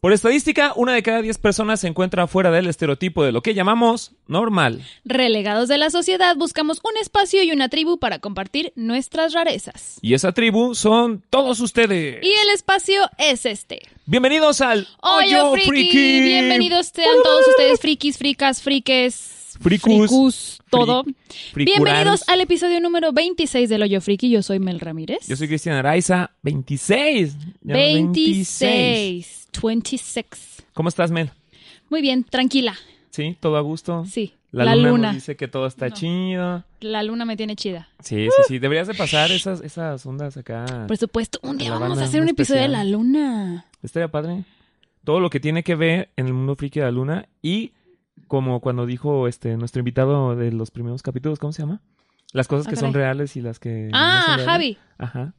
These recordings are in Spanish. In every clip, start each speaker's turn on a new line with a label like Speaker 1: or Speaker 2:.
Speaker 1: Por estadística, una de cada diez personas se encuentra fuera del estereotipo de lo que llamamos normal.
Speaker 2: Relegados de la sociedad, buscamos un espacio y una tribu para compartir nuestras rarezas.
Speaker 1: Y esa tribu son todos ustedes.
Speaker 2: Y el espacio es este.
Speaker 1: Bienvenidos al
Speaker 2: Hoyo friki. Bienvenidos sean todos ustedes, frikis, fricas, friques,
Speaker 1: Fricus.
Speaker 2: fricus, todo.
Speaker 1: Fricurans.
Speaker 2: Bienvenidos al episodio número 26 del Hoyo Friki. Yo soy Mel Ramírez.
Speaker 1: Yo soy Cristian Araiza, 26. Ya 26.
Speaker 2: 26. 26.
Speaker 1: ¿Cómo estás, Mel?
Speaker 2: Muy bien, tranquila.
Speaker 1: ¿Sí? ¿Todo a gusto?
Speaker 2: Sí,
Speaker 1: La, luna, nos dice que todo está
Speaker 2: No.
Speaker 1: chido.
Speaker 2: La luna me tiene chida.
Speaker 1: Sí, sí, sí. Deberías de pasar esas, esas ondas acá.
Speaker 2: Por supuesto, un día
Speaker 1: La
Speaker 2: vamos a
Speaker 1: banda,
Speaker 2: hacer
Speaker 1: un
Speaker 2: un episodio de
Speaker 1: especial.
Speaker 2: la luna.
Speaker 1: Estaría padre. Todo lo que tiene que ver en el mundo friki de la luna y como cuando dijo este nuestro invitado de los primeros capítulos, ¿cómo se llama? Las cosas
Speaker 2: Ah,
Speaker 1: que son
Speaker 2: caray.
Speaker 1: reales y las que no
Speaker 2: Ah,
Speaker 1: son reales.
Speaker 2: Javi.
Speaker 1: Ajá.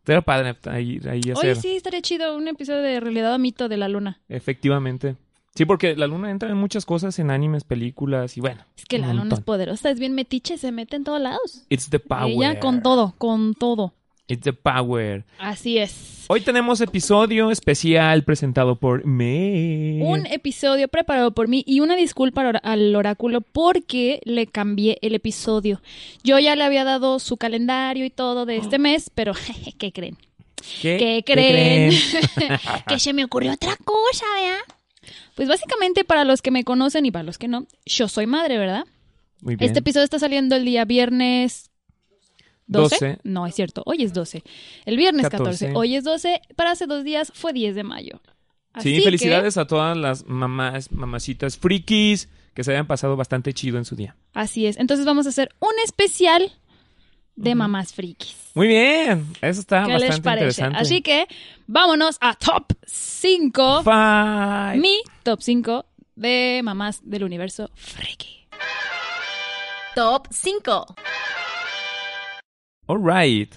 Speaker 1: Estaría padre ahí, ahí hacer.
Speaker 2: Oye, sí, estaría chido un episodio de realidad o mito de la luna.
Speaker 1: Efectivamente. Sí, porque la luna entra en muchas cosas, en animes, películas y bueno.
Speaker 2: Es que la
Speaker 1: un
Speaker 2: luna es
Speaker 1: montón.
Speaker 2: poderosa, es bien metiche, se mete en todos lados.
Speaker 1: It's the power.
Speaker 2: Ella con todo, con todo.
Speaker 1: It's the power.
Speaker 2: Así es.
Speaker 1: Hoy tenemos episodio especial presentado por me.
Speaker 2: Un episodio preparado por mí y una disculpa al or- al oráculo porque le cambié el episodio. Yo ya le había dado su calendario y todo de
Speaker 1: Ah.
Speaker 2: este mes, pero ¿qué creen? ¿Qué creen? que se me ocurrió otra cosa, ¿verdad? Pues básicamente para los que me conocen y para los que no, yo soy madre, ¿verdad?
Speaker 1: Muy bien.
Speaker 2: Este episodio está saliendo el día viernes 12.
Speaker 1: 12.
Speaker 2: No, es cierto, hoy es 12. El viernes 14.
Speaker 1: 14.
Speaker 2: Hoy es 12, para hace dos días fue 10 de mayo. Así
Speaker 1: sí,
Speaker 2: que,
Speaker 1: felicidades a todas las mamás, mamacitas frikis que se hayan pasado bastante chido en su día.
Speaker 2: así es. Entonces vamos a hacer un especial de
Speaker 1: Ujú.
Speaker 2: mamás frikis.
Speaker 1: Muy bien, eso está
Speaker 2: ¿Qué
Speaker 1: bastante
Speaker 2: les parece?
Speaker 1: interesante.
Speaker 2: Así que vámonos a top 5.
Speaker 1: Five.
Speaker 2: Mi top 5 de mamás del universo friki.
Speaker 3: Top 5.
Speaker 1: All right.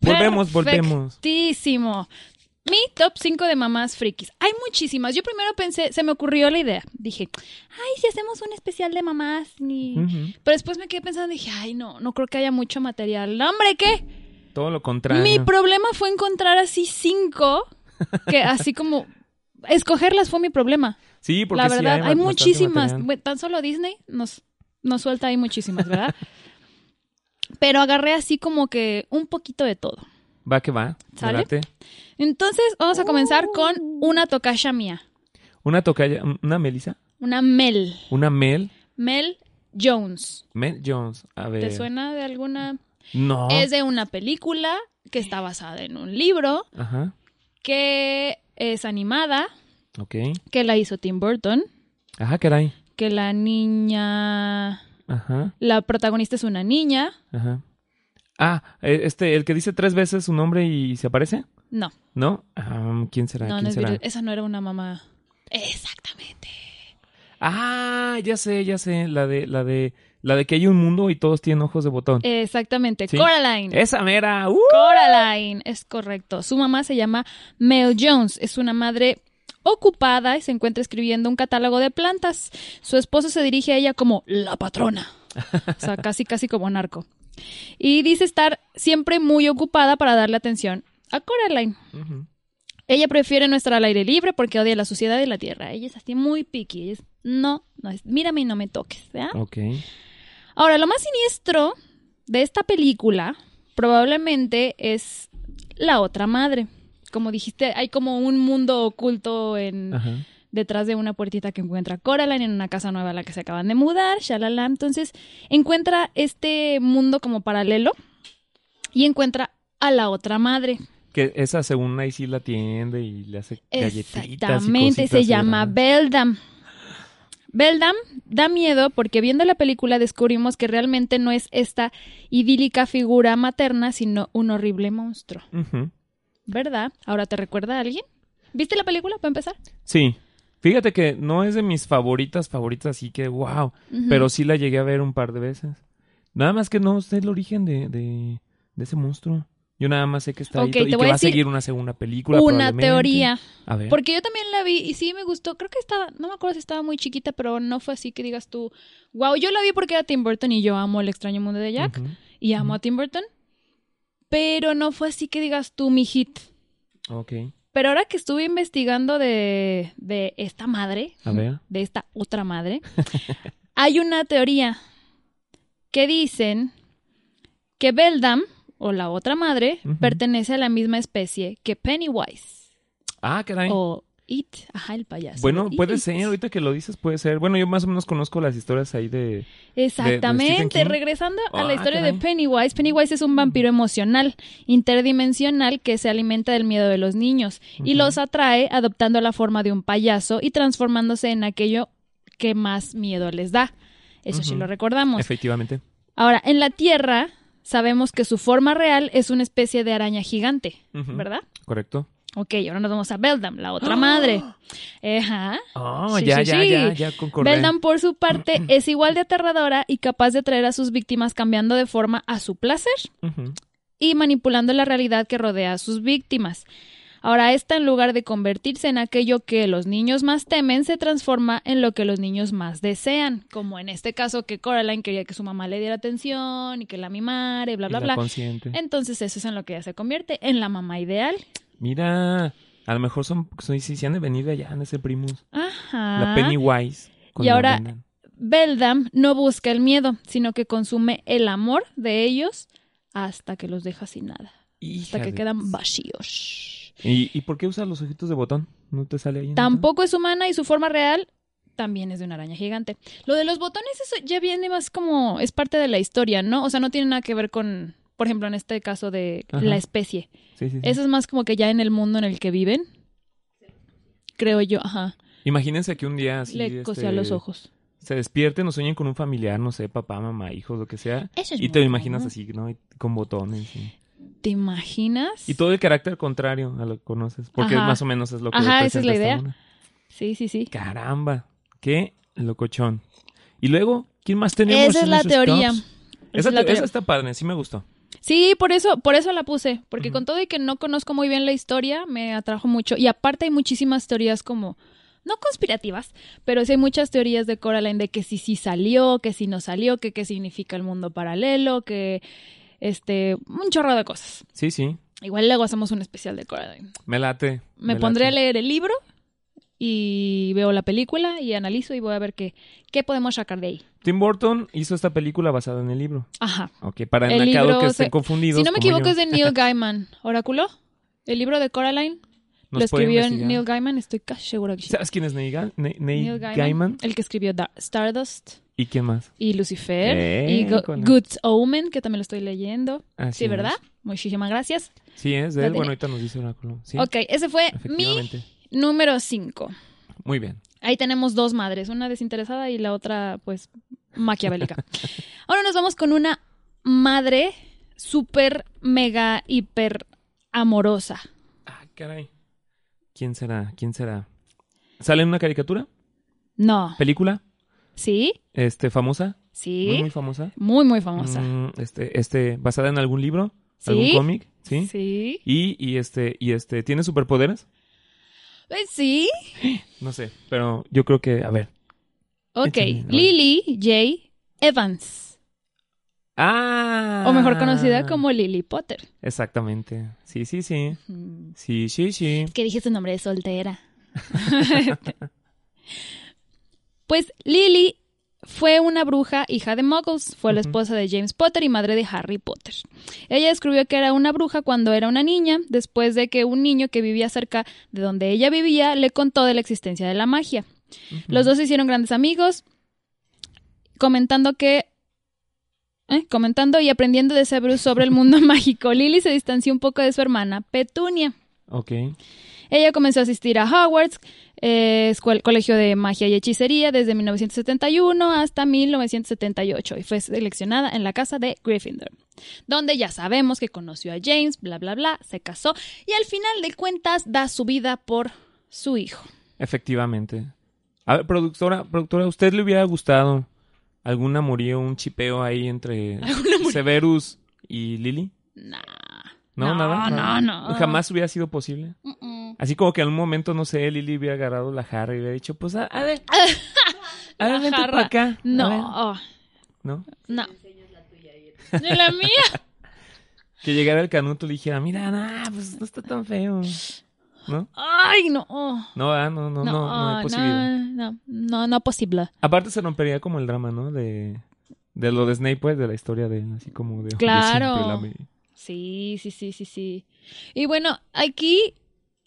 Speaker 1: Volvemos, volvemos.
Speaker 2: Perfectísimo. Mi top 5 de mamás frikis. Hay muchísimas. Yo primero pensé, se me ocurrió la idea. Dije, ay, si hacemos un especial de mamás. ni-".
Speaker 1: Ujú.
Speaker 2: Pero después me quedé pensando, dije, ay, no, no creo que haya mucho material. No, hombre, ¿qué?
Speaker 1: Todo lo contrario.
Speaker 2: Mi problema fue encontrar así cinco, que así como... Escogerlas fue mi problema.
Speaker 1: sí, porque
Speaker 2: la
Speaker 1: sí
Speaker 2: verdad, hay,
Speaker 1: bastante
Speaker 2: muchísimas.
Speaker 1: material.
Speaker 2: Bueno, tan solo Disney nos, nos suelta ahí muchísimas, ¿verdad? Pero agarré así como que un poquito de todo.
Speaker 1: Va que va.
Speaker 2: ¿Sale?
Speaker 1: adelante.
Speaker 2: Entonces, vamos a comenzar con una tocaya mía,
Speaker 1: Una tocaya, una Melissa,
Speaker 2: una Mel,
Speaker 1: una Mel,
Speaker 2: Mel Jones.
Speaker 1: Mel Jones. A ver.
Speaker 2: ¿Te suena de alguna?
Speaker 1: No.
Speaker 2: Es de una película que está basada en un libro,
Speaker 1: Ajá.
Speaker 2: que es animada,
Speaker 1: Ok.
Speaker 2: que la hizo Tim Burton,
Speaker 1: Ajá, caray.
Speaker 2: que la niña,
Speaker 1: Ajá,
Speaker 2: la protagonista es una niña,
Speaker 1: ajá. Ah, eh, este, el que dice tres veces su nombre y se aparece.
Speaker 2: no,
Speaker 1: ¿No? Am, ¿Quién será?
Speaker 2: no,
Speaker 1: Ah, ¿Quién
Speaker 2: no es
Speaker 1: será?
Speaker 2: Virgil- esa no era una mamá. Exactamente.
Speaker 1: Ah, ya sé, ya sé. La de, la de, la de que hay un mundo y todos tienen ojos de botón.
Speaker 2: Eh, Exactamente,
Speaker 1: Sí.
Speaker 2: Coraline.
Speaker 1: Esa mera. ¡Uh!
Speaker 2: Coraline, es correcto. Su mamá se llama Mel Jones, es una madre ocupada y se encuentra escribiendo un catálogo de plantas. Su esposo se dirige a ella como la patrona, o sea, casi casi como narco. Y dice estar siempre muy ocupada para darle atención a Coraline.
Speaker 1: Ujú.
Speaker 2: Ella prefiere no estar al aire libre porque odia la suciedad y la tierra. Ella es así muy picky. Ella es, no, no es, mírame y no me toques. ¿verdad?
Speaker 1: Ok.
Speaker 2: Ahora, lo más siniestro de esta película probablemente es la otra madre. Como dijiste, hay como un mundo oculto en,
Speaker 1: Ajá.
Speaker 2: detrás de una puertita que encuentra Coraline en una casa nueva a la que se acaban de mudar, shalala. Entonces, encuentra este mundo como paralelo y encuentra a la otra madre.
Speaker 1: Que esa según ahí sí la atiende y le hace galletitas. y
Speaker 2: Exactamente,
Speaker 1: cositas,
Speaker 2: se llama
Speaker 1: ¿verdad?
Speaker 2: Beldam. Beldam da miedo porque viendo la película descubrimos que realmente no es esta idílica figura materna, sino un horrible monstruo,
Speaker 1: Ujú.
Speaker 2: ¿verdad? Ahora te recuerda a alguien. ¿Viste la película para empezar?
Speaker 1: Sí. Fíjate que no es de mis favoritas, favoritas, así que wow.
Speaker 2: Ujú.
Speaker 1: Pero sí la llegué a ver un par de veces. Nada más que no sé el origen de, de, de ese monstruo. Yo nada más sé que está
Speaker 2: Ok,
Speaker 1: ahí to-
Speaker 2: te
Speaker 1: y que
Speaker 2: voy a
Speaker 1: va a
Speaker 2: decir
Speaker 1: seguir una segunda película.
Speaker 2: una
Speaker 1: probablemente.
Speaker 2: teoría.
Speaker 1: A ver.
Speaker 2: Porque yo también la vi y sí me gustó. Creo que estaba, no me acuerdo si estaba muy chiquita, pero no fue así que digas tú, wow, yo la vi porque era Tim Burton y yo amo el extraño mundo de Jack.
Speaker 1: Ujú.
Speaker 2: y amo
Speaker 1: Ujú.
Speaker 2: a Tim Burton, pero no fue así que digas tú mi hit.
Speaker 1: Ok.
Speaker 2: Pero ahora que estuve investigando de, de esta madre,
Speaker 1: A ver.
Speaker 2: de esta otra madre, hay una teoría que dicen que Beldam, o la otra madre,
Speaker 1: Ujú.
Speaker 2: pertenece a la misma especie que Pennywise
Speaker 1: Ah, caray.
Speaker 2: o It, ajá, el payaso.
Speaker 1: Bueno,
Speaker 2: It.
Speaker 1: puede ser, ahorita que lo dices puede ser. Bueno, yo más o menos conozco las historias ahí de...
Speaker 2: Exactamente,
Speaker 1: King.
Speaker 2: regresando a la
Speaker 1: Ah,
Speaker 2: historia de
Speaker 1: caray.
Speaker 2: Pennywise, Pennywise es un vampiro emocional, interdimensional, que se alimenta del miedo de los niños y
Speaker 1: Ujú.
Speaker 2: los atrae adoptando la forma de un payaso y transformándose en aquello que más miedo les da. Eso sí
Speaker 1: Ujú.
Speaker 2: lo recordamos.
Speaker 1: Efectivamente.
Speaker 2: Ahora, en la Tierra sabemos que su forma real es una especie de araña gigante,
Speaker 1: Ujú. ¡Ah!
Speaker 2: ¿verdad?
Speaker 1: Correcto.
Speaker 2: Ok, ahora nos vamos a Beldam, la otra madre. Ajá.
Speaker 1: Ah,
Speaker 2: Sí,
Speaker 1: ya,
Speaker 2: sí,
Speaker 1: ya,
Speaker 2: sí.
Speaker 1: ya, ya concordé.
Speaker 2: Beldam, por su parte, es igual de aterradora y capaz de atraer a sus víctimas cambiando de forma a su placer
Speaker 1: Ujú.
Speaker 2: y manipulando la realidad que rodea a sus víctimas. Ahora esta, en lugar de convertirse en aquello que los niños más temen, se transforma en lo que los niños más desean, como en este caso que Coraline quería que su mamá le diera atención y que la mimara y bla,
Speaker 1: Y
Speaker 2: bla,
Speaker 1: la
Speaker 2: bla.
Speaker 1: consciente.
Speaker 2: Entonces eso es en lo que ella se convierte, en la mamá ideal.
Speaker 1: Mira, a lo mejor son, son sí, sí han de venir de allá, han de ser primos.
Speaker 2: Ajá.
Speaker 1: La Pennywise. con
Speaker 2: Ah. Y
Speaker 1: la
Speaker 2: ahora-
Speaker 1: Brenda.
Speaker 2: Beldam no busca el miedo, sino que consume el amor de ellos hasta que los deja sin nada, hasta
Speaker 1: Hija
Speaker 2: que
Speaker 1: de-
Speaker 2: quedan vacíos.
Speaker 1: ¿Y, y por qué usa los ojitos de botón? ¿No te sale ahí? en el
Speaker 2: Tampoco es humana y su forma real también es de una araña gigante. Lo de los botones, eso ya viene más como, es parte de la historia, ¿no? O sea, no tiene nada que ver con, por ejemplo, en este caso de
Speaker 1: Ajá.
Speaker 2: la especie.
Speaker 1: botón? Sí, sí, sí.
Speaker 2: Eso es más como que ya en el mundo en el que viven, creo yo, ajá.
Speaker 1: Imagínense que un día así,
Speaker 2: Le cosió a
Speaker 1: este,
Speaker 2: los ojos.
Speaker 1: Se despierten o sueñen con un familiar, no sé, papá, mamá, hijos, lo que sea.
Speaker 2: Eso es
Speaker 1: y te lo
Speaker 2: muy
Speaker 1: imaginas
Speaker 2: bueno.
Speaker 1: así, ¿no? Y con botones. Y,
Speaker 2: ¿Te imaginas?
Speaker 1: y todo el carácter contrario a lo que conoces. Porque
Speaker 2: Ajá.
Speaker 1: más o menos es lo que
Speaker 2: Ajá, esa es
Speaker 1: representa
Speaker 2: la
Speaker 1: esta
Speaker 2: idea.
Speaker 1: mona.
Speaker 2: Sí, sí, sí.
Speaker 1: Caramba, qué locochón. Y luego, ¿quién más tenemos?
Speaker 2: Esa es
Speaker 1: en
Speaker 2: la
Speaker 1: esos
Speaker 2: teoría.
Speaker 1: tops?
Speaker 2: Esa
Speaker 1: Esa,
Speaker 2: es la
Speaker 1: te-
Speaker 2: teoría.
Speaker 1: esa está padre, sí me gustó.
Speaker 2: Sí, por eso, por eso la puse, porque
Speaker 1: Ujú.
Speaker 2: con todo y que no conozco muy bien la historia, me atrajo mucho. Y aparte hay muchísimas teorías como, no conspirativas, pero sí hay muchas teorías de Coraline de que sí, sí salió, que sí no salió, que qué significa el mundo paralelo, que este, un chorro de cosas.
Speaker 1: Sí, sí,
Speaker 2: Igual luego hacemos un especial de Coraline.
Speaker 1: me late.
Speaker 2: Me
Speaker 1: late.
Speaker 2: pondré a leer el libro y veo la película y analizo y voy a ver qué, qué podemos sacar de ahí.
Speaker 1: Tim Burton hizo esta película basada en el libro.
Speaker 2: Ajá.
Speaker 1: Ok, para
Speaker 2: El
Speaker 1: enlacados
Speaker 2: libro
Speaker 1: que estén
Speaker 2: se-
Speaker 1: confundidos.
Speaker 2: Si no me
Speaker 1: como
Speaker 2: equivoco
Speaker 1: yo,
Speaker 2: es de Neil Gaiman. ¿Oráculo? ¿El libro de Coraline?
Speaker 1: nos
Speaker 2: lo
Speaker 1: pueden
Speaker 2: escribió
Speaker 1: investigar.
Speaker 2: Neil Gaiman, estoy casi segura que sí.
Speaker 1: ¿Sabes quién es Neil, Ga- Ne- Neil
Speaker 2: Neil
Speaker 1: Gaiman?
Speaker 2: Gaiman, el que escribió Da- Stardust
Speaker 1: ¿Y quién más?
Speaker 2: y Lucifer
Speaker 1: Eh,
Speaker 2: y Go-
Speaker 1: con-
Speaker 2: Good Omen, que también lo estoy leyendo.
Speaker 1: Así
Speaker 2: sí,
Speaker 1: Ah, es.
Speaker 2: ¿verdad? Muchísimas gracias.
Speaker 1: Sí, es de
Speaker 2: Lo
Speaker 1: él.
Speaker 2: tenía.
Speaker 1: Bueno, ahorita nos dice Oráculo. Sí,
Speaker 2: Ok, ese fue mi
Speaker 1: efectivamente.
Speaker 2: número 5.
Speaker 1: Muy bien.
Speaker 2: Ahí tenemos dos madres, una desinteresada y la otra, pues, maquiavélica. Ahora nos vamos con una madre súper, mega, hiper amorosa.
Speaker 1: Ah, caray. ¿Quién será? ¿Quién será? ¿Sale en una caricatura?
Speaker 2: No.
Speaker 1: ¿Película?
Speaker 2: ¿Sí?
Speaker 1: Este, famosa. Muy,
Speaker 2: ¿Sí?
Speaker 1: muy famosa.
Speaker 2: Muy, muy famosa.
Speaker 1: Mm, este, este, basada en algún libro, algún
Speaker 2: ¿Sí?
Speaker 1: cómic, ¿sí?
Speaker 2: ¿Sí?
Speaker 1: Y, y este, y este, ¿tiene superpoderes?
Speaker 2: Eh, ¿Sí?
Speaker 1: No sé, pero yo creo que, a ver.
Speaker 2: Ok,
Speaker 1: Échale, a ver.
Speaker 2: Lily J. Evans,
Speaker 1: Ah.
Speaker 2: o mejor conocida como Lily Potter.
Speaker 1: Exactamente. Sí, sí, sí.
Speaker 2: Mm,
Speaker 1: Sí, sí, sí.
Speaker 2: Es que dije su nombre de soltera. pues Lily fue una bruja hija de muggles, fue la
Speaker 1: Ujú.
Speaker 2: esposa de James Potter y madre de Harry Potter. Ella descubrió que era una bruja cuando era una niña, después de que un niño que vivía cerca de donde ella vivía le contó de la existencia de la magia. Los dos se hicieron grandes amigos, comentando que... ¿eh? Comentando y aprendiendo de Severus sobre el mundo mágico. Lily se distanció un poco de su hermana, Petunia.
Speaker 1: Ok.
Speaker 2: Ella comenzó a asistir a Hogwarts, eh, escuel- Colegio de Magia y Hechicería, desde 1971 hasta 1978, y fue seleccionada en la casa de Gryffindor, donde ya sabemos que conoció a James, bla, bla, bla, se casó, y al final de cuentas da su vida por su hijo.
Speaker 1: Efectivamente. A ver, productora, productora, ¿a usted le hubiera gustado algún amorío, un chipeo ahí entre Severus y Lily?
Speaker 2: Nah.
Speaker 1: No, nada.
Speaker 2: No, no,
Speaker 1: Jamás hubiera sido posible.
Speaker 2: Mm, mm.
Speaker 1: Así como que en un momento, no sé, Lily hubiera agarrado la jarra y hubiera dicho, pues a, a ver, a ver,
Speaker 2: La
Speaker 1: vente
Speaker 2: jarra.
Speaker 1: para acá. a ver,
Speaker 2: No,
Speaker 1: ¿No?
Speaker 2: no. ¿De la mía?
Speaker 1: Que llegara el canuto y le dijera, mira, no, pues no está tan feo. ¿No?
Speaker 2: Ay, no. oh,
Speaker 1: No, ah, no, no, no, no, hay posibilidad.
Speaker 2: no, no, no, no posible.
Speaker 1: Aparte se rompería como el drama, ¿no? De, de lo de Snape, pues, de la historia de así como de... "Yo
Speaker 2: Claro.
Speaker 1: siempre la amé".
Speaker 2: Sí, sí, sí, sí, sí. Y bueno, aquí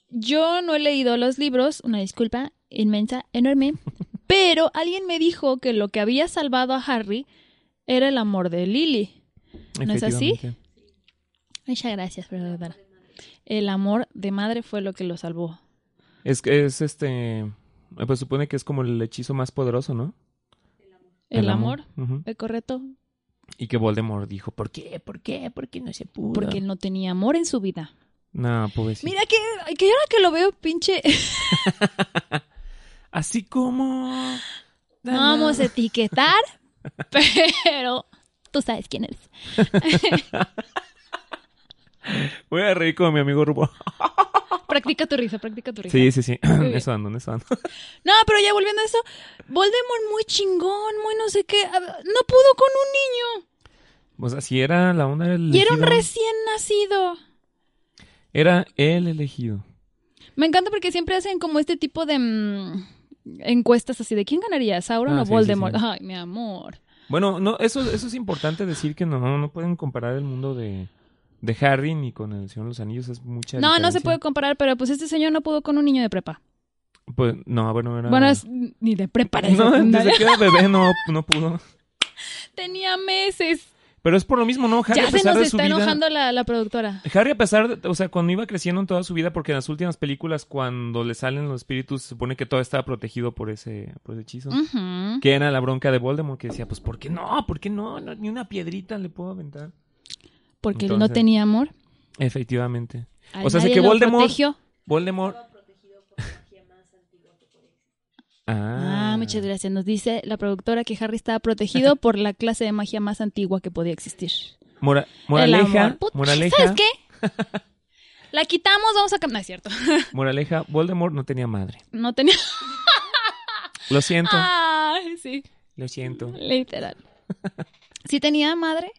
Speaker 2: yo no he leído los libros, una disculpa inmensa, enorme, pero alguien me dijo que lo que había salvado a Harry era el amor de Lily. ¿No es así?
Speaker 1: Efectivamente.
Speaker 2: Muchas gracias, profesora. El amor de madre fue lo que lo salvó.
Speaker 1: Es que es este... eh, Pues supone que es como el hechizo más poderoso, ¿no?
Speaker 2: El, amor,
Speaker 1: Ujú.
Speaker 2: ¿es correcto?
Speaker 1: Y que Voldemort dijo, ¿por qué? ¿Por qué? ¿Por qué no se pudo?
Speaker 2: Porque no tenía amor en su vida.
Speaker 1: No, pobrecito.
Speaker 2: Mira que, ay, que ahora que lo veo, pinche.
Speaker 1: Así como...
Speaker 2: Vamos a etiquetar, pero tú sabes quién es.
Speaker 1: Voy a reír con mi amigo Rubo.
Speaker 2: Practica tu risa, practica tu risa.
Speaker 1: Sí, sí, sí.
Speaker 2: bien.
Speaker 1: Eso ando, en eso ando.
Speaker 2: No, pero ya volviendo a eso, Voldemort muy chingón, muy no sé qué, a- no pudo con un niño.
Speaker 1: Pues así era la onda del
Speaker 2: Y era un
Speaker 1: elegido.
Speaker 2: recién nacido.
Speaker 1: Era el elegido.
Speaker 2: Me encanta porque siempre hacen como este tipo de mm, encuestas así de quién ganaría, Sauron
Speaker 1: Ah,
Speaker 2: o
Speaker 1: sí, sí,
Speaker 2: Voldemort.
Speaker 1: sí.
Speaker 2: Ay, mi amor.
Speaker 1: Bueno, no, eso, eso es importante decir que no, no pueden comparar el mundo de, de Harry ni con el Señor de los Anillos, es mucha
Speaker 2: No, no se
Speaker 1: diferencia.
Speaker 2: puede comparar, pero pues este señor no pudo con un niño de prepa.
Speaker 1: Pues, no, bueno, era...
Speaker 2: Bueno, es- ni de prepa, de
Speaker 1: No,
Speaker 2: secundaria.
Speaker 1: desde que era bebé no, no pudo.
Speaker 2: Tenía meses.
Speaker 1: Pero es por lo mismo, ¿no? Harry
Speaker 2: ya
Speaker 1: a
Speaker 2: se
Speaker 1: pesar
Speaker 2: nos
Speaker 1: de su
Speaker 2: está
Speaker 1: vida...
Speaker 2: enojando la, la productora.
Speaker 1: Harry, a pesar de, o sea, cuando iba creciendo en toda su vida, porque en las últimas películas, cuando le salen los espíritus, se supone que todo estaba protegido por ese, por ese hechizo.
Speaker 2: Mm. Ujú.
Speaker 1: Que era la bronca de Voldemort, que decía, pues, ¿por qué no? ¿Por qué no? No, Ni una piedrita le puedo aventar.
Speaker 2: Porque él no
Speaker 1: Entonces-
Speaker 2: tenía amor.
Speaker 1: Efectivamente.
Speaker 2: A
Speaker 1: O sea,
Speaker 2: nadie
Speaker 1: que
Speaker 2: lo
Speaker 1: Voldemort-
Speaker 2: protegió.
Speaker 1: Voldemort.
Speaker 2: Ah,
Speaker 1: Ah,
Speaker 2: muchas gracias. Nos dice la productora que Harry estaba protegido por la clase de magia más antigua que podía existir.
Speaker 1: Mora-
Speaker 2: El amor.
Speaker 1: moraleja,
Speaker 2: Puta,
Speaker 1: moraleja,
Speaker 2: ¿Sabes qué? La quitamos, vamos a cambiar. No, es cierto.
Speaker 1: moraleja, Voldemort no tenía madre.
Speaker 2: No tenía.
Speaker 1: Lo siento,
Speaker 2: Ah. Ay, sí,
Speaker 1: lo siento.
Speaker 2: literal. Sí tenía madre,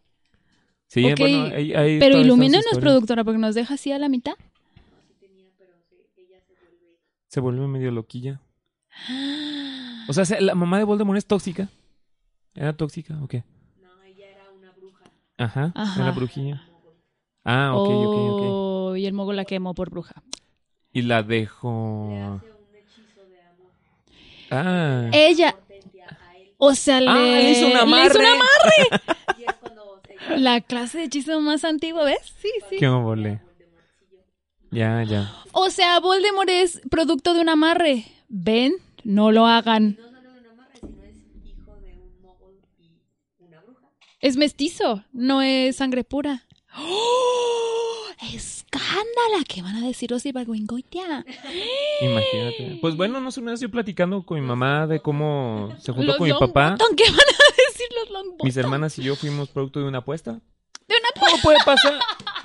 Speaker 1: Sí,
Speaker 2: Ok,
Speaker 1: bueno, ahí, ahí
Speaker 2: pero
Speaker 1: todavía
Speaker 2: ilumínanos,
Speaker 1: está su historia.
Speaker 2: productora, porque nos deja así a la mitad.
Speaker 1: Se volvió medio loquilla.
Speaker 2: Ah.
Speaker 1: O sea, se- la mamá de Voldemort es tóxica. ¿Era tóxica o qué? No, ella era una bruja. Ajá,
Speaker 2: Ajá.
Speaker 1: era brujilla. Ah, ok, ok, ok.
Speaker 2: Oh, Y el mogo la quemó por bruja.
Speaker 1: Y la dejó. Ah.
Speaker 2: Ella. O sea, le,
Speaker 1: Ah, le hizo un
Speaker 2: le
Speaker 1: amarre.
Speaker 2: hizo un amarre. La clase de hechizo más antigua, ¿ves? Sí, sí.
Speaker 1: Qué óvole. Ya, ya.
Speaker 2: O sea, Voldemort es producto de un amarre. Ven, no lo hagan. Es mestizo, no es sangre pura. ¡Oh! ¡Escándala! ¿Qué van a decir los Ibargüengoitia?
Speaker 1: Imagínate. Pues bueno, no sé, una vez yo platicando con mi mamá de cómo se juntó
Speaker 2: Los
Speaker 1: con mi papá.
Speaker 2: Longbottom, ¿Qué van a decir los Longbottom?
Speaker 1: Mis hermanas y yo fuimos producto de una apuesta. Todo puede pasar.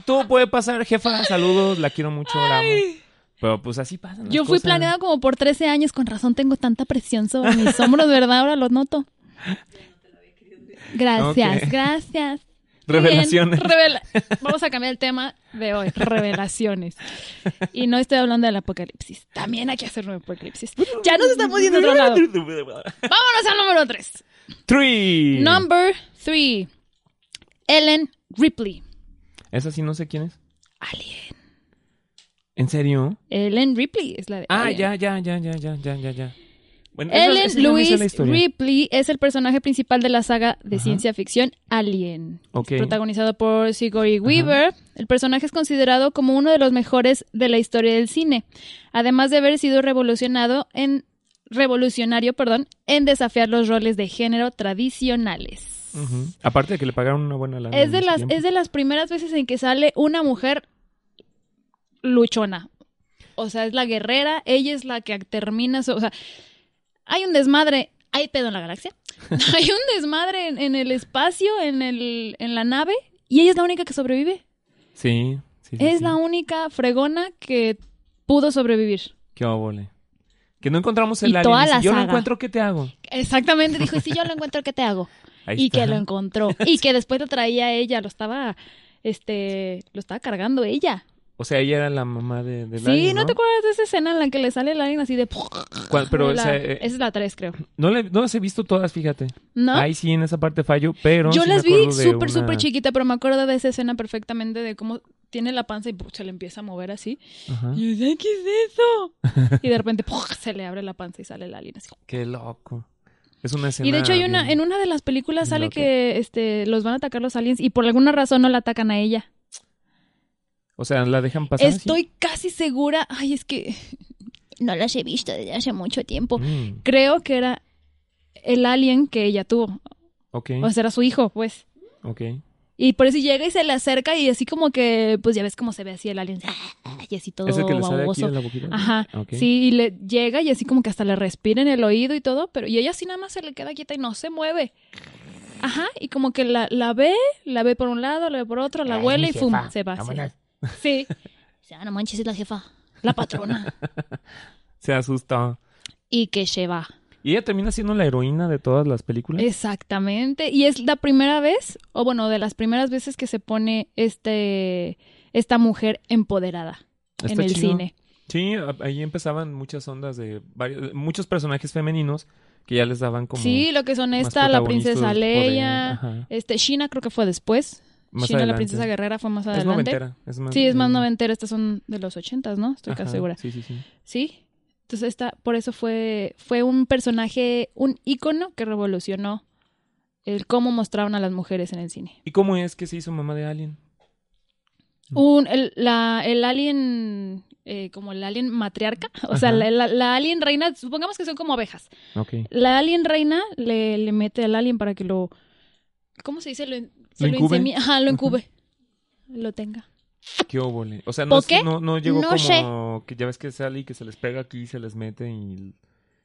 Speaker 1: Todo puede pasar, jefa. Saludos, la quiero mucho, la amo. Pero pues así pasa.
Speaker 2: Yo fui planeada como por 13 años, con razón tengo tanta presión sobre mis hombros, ¿verdad? Ahora lo noto. Gracias,
Speaker 1: Ok.
Speaker 2: gracias. Muy bien.
Speaker 1: Revelaciones.
Speaker 2: Revela- Vamos a cambiar el tema de hoy, revelaciones. Y no estoy hablando del apocalipsis. También hay que hacer un apocalipsis. Ya nos estamos yendo a otro lado. Vámonos al número 3.
Speaker 1: Three.
Speaker 2: Number 3. Ellen Ripley.
Speaker 1: Esa sí no sé quién es.
Speaker 2: Alien.
Speaker 1: ¿En serio?
Speaker 2: Ellen Ripley es la de
Speaker 1: Ah,
Speaker 2: Alien.
Speaker 1: ya, ya, ya, ya, ya, ya, ya, ya. Bueno, esa-
Speaker 2: Ellen
Speaker 1: esa ya me sé la
Speaker 2: Louise
Speaker 1: historia.
Speaker 2: Ripley es el personaje principal de la saga de
Speaker 1: Ajá.
Speaker 2: ciencia ficción Alien,
Speaker 1: Ok.
Speaker 2: protagonizado por Sigourney Weaver. El personaje es considerado como uno de los mejores de la historia del cine, además de haber sido revolucionado en revolucionario, perdón, en desafiar los roles de género tradicionales.
Speaker 1: Ujú. Aparte de que le pagaron una buena lana.
Speaker 2: Es de
Speaker 1: en ese
Speaker 2: las
Speaker 1: tiempo.
Speaker 2: es de las primeras veces en que sale una mujer luchona. O sea, es la guerrera, ella es la que termina, su- o sea, hay un desmadre, hay pedo en la galaxia. hay un desmadre en, en el espacio, en el en la nave y ella es la única que sobrevive.
Speaker 1: Sí, sí. sí,
Speaker 2: es
Speaker 1: sí.
Speaker 2: la única fregona que pudo sobrevivir.
Speaker 1: Qué óvole. Que no encontramos el
Speaker 2: Y
Speaker 1: alien.
Speaker 2: toda
Speaker 1: y si
Speaker 2: la
Speaker 1: yo
Speaker 2: saga.
Speaker 1: lo encuentro, ¿qué te hago?
Speaker 2: Exactamente, dijo, "Y si yo lo encuentro, ¿qué te hago?"
Speaker 1: Ahí
Speaker 2: y
Speaker 1: está.
Speaker 2: que lo encontró y que después lo traía ella, lo estaba este lo estaba cargando ella.
Speaker 1: O sea, ella era la mamá de, de
Speaker 2: Sí,
Speaker 1: Larry,
Speaker 2: ¿no? te acuerdas de esa escena en la que le sale el alien así de...
Speaker 1: Cuál- Eh, Pero,
Speaker 2: La-
Speaker 1: o sea, eh,
Speaker 2: Esa es la 3, creo.
Speaker 1: no, le- no las he visto todas, fíjate.
Speaker 2: ¿No?
Speaker 1: Ahí sí, en esa parte fallo, pero.
Speaker 2: Yo
Speaker 1: sí me
Speaker 2: las vi
Speaker 1: acuerdo de
Speaker 2: súper,
Speaker 1: una-
Speaker 2: súper chiquita, pero me acuerdo de esa escena perfectamente de cómo tiene la panza y ¡puf! se le empieza a mover así.
Speaker 1: Ajá.
Speaker 2: Y yo decía, ¿qué es eso? y de repente ¡puf! se le abre la panza y sale el alien así.
Speaker 1: Qué loco. Es una escena.
Speaker 2: Y de hecho hay una,
Speaker 1: bien-
Speaker 2: en una de las películas sale
Speaker 1: Loca.
Speaker 2: que este, los van a atacar los aliens y por alguna razón no la atacan a ella.
Speaker 1: O sea, la dejan pasar. así?
Speaker 2: Estoy casi segura. Ay, es que no las he visto desde hace mucho tiempo.
Speaker 1: Mm,
Speaker 2: Creo que era el alien que ella tuvo.
Speaker 1: ok,
Speaker 2: O sea, era su hijo, pues.
Speaker 1: ok.
Speaker 2: Y por eso llega y se le acerca y así como que, pues ya ves cómo se ve así el alien. Y así todo
Speaker 1: ¿Es el que le sale aquí
Speaker 2: baboso.
Speaker 1: en la boquita?
Speaker 2: Ajá.
Speaker 1: Ok.
Speaker 2: Sí, y le llega y así como que hasta le respira en el oído y todo, pero y ella así nada más se le queda quieta y no se mueve. Ajá, y como que la, la ve, la ve por un lado, la ve por otro, la
Speaker 1: Ay,
Speaker 2: huele
Speaker 1: mi
Speaker 2: y ¡fum!
Speaker 1: jefa,
Speaker 2: Se va. sí.
Speaker 1: vámonos.
Speaker 2: Sí. Dice, "Ah, no manches, es la jefa, la patrona.
Speaker 1: Se asustó.
Speaker 2: y que se va.
Speaker 1: Y ella termina siendo la heroína de todas las películas.
Speaker 2: Exactamente. Y es la primera vez, o bueno, de las primeras veces que se pone este esta mujer empoderada
Speaker 1: Está
Speaker 2: en el
Speaker 1: chido.
Speaker 2: cine.
Speaker 1: Sí, a- ahí empezaban muchas ondas de varios- muchos personajes femeninos que ya les daban como.
Speaker 2: Sí, lo que son
Speaker 1: más
Speaker 2: esta, la
Speaker 1: protagonistas
Speaker 2: princesa
Speaker 1: por-
Speaker 2: Leia,
Speaker 1: ajá.
Speaker 2: este, Shina creo que fue después.
Speaker 1: Más
Speaker 2: China, la
Speaker 1: adelante.
Speaker 2: princesa guerrera fue más
Speaker 1: Es
Speaker 2: adelante.
Speaker 1: noventera. Es más,
Speaker 2: sí, es más
Speaker 1: eh,
Speaker 2: noventera. Estas son de los ochentas, ¿no? Estoy
Speaker 1: ajá,
Speaker 2: casi segura.
Speaker 1: Sí, sí, sí.
Speaker 2: Sí. Entonces esta, por eso fue, fue un personaje, un ícono que revolucionó el cómo mostraban a las mujeres en el cine.
Speaker 1: ¿Y cómo es que se hizo mamá de Alien? Mm.
Speaker 2: Un, el, la, el alien, eh, como el alien matriarca, o sea,
Speaker 1: Ajá.
Speaker 2: la, la- la alien reina, supongamos que son como ovejas.
Speaker 1: Ok.
Speaker 2: La alien reina le, le mete al alien para que lo, ¿cómo se dice? Lo, en- se
Speaker 1: Lo incube.
Speaker 2: insemie- Ajá, lo
Speaker 1: Ajá.
Speaker 2: incube. Lo tenga.
Speaker 1: ¿Qué óvole? O sea, no,
Speaker 2: ¿Por
Speaker 1: es-
Speaker 2: qué?
Speaker 1: no, no llegó
Speaker 2: No
Speaker 1: como
Speaker 2: sé.
Speaker 1: que ya ves que sale y que se les pega aquí y se les mete y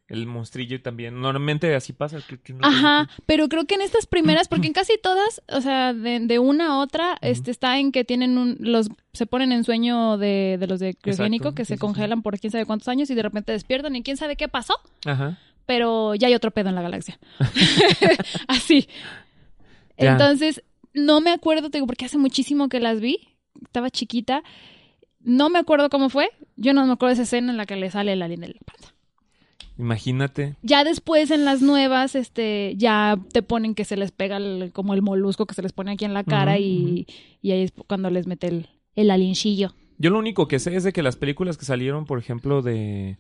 Speaker 1: el, el monstrillo también. Normalmente así pasa. que- que uno-
Speaker 2: Ajá, pero creo que en estas primeras, porque en casi todas, o sea, de, de una a otra, este está en que tienen un, los, se ponen en sueño de, de los de criogénico,
Speaker 1: Exacto,
Speaker 2: que
Speaker 1: sí,
Speaker 2: se
Speaker 1: sí, sí.
Speaker 2: congelan por quién sabe cuántos años y de repente despiertan y quién sabe qué pasó,
Speaker 1: Ajá.
Speaker 2: pero ya hay otro pedo en la galaxia. Así.
Speaker 1: Ya.
Speaker 2: Entonces, no me acuerdo, te digo, porque hace muchísimo que las vi, estaba chiquita, no me acuerdo cómo fue, yo no me acuerdo de esa escena en la que le sale el alien de la panza.
Speaker 1: Imagínate.
Speaker 2: Ya después en las nuevas, este, ya te ponen que se les pega el- como el molusco que se les pone aquí en la cara
Speaker 1: Ujú,
Speaker 2: y, y ahí es cuando les mete el, el aliencillo.
Speaker 1: Yo lo único que sé es de que las películas que salieron, por ejemplo, de.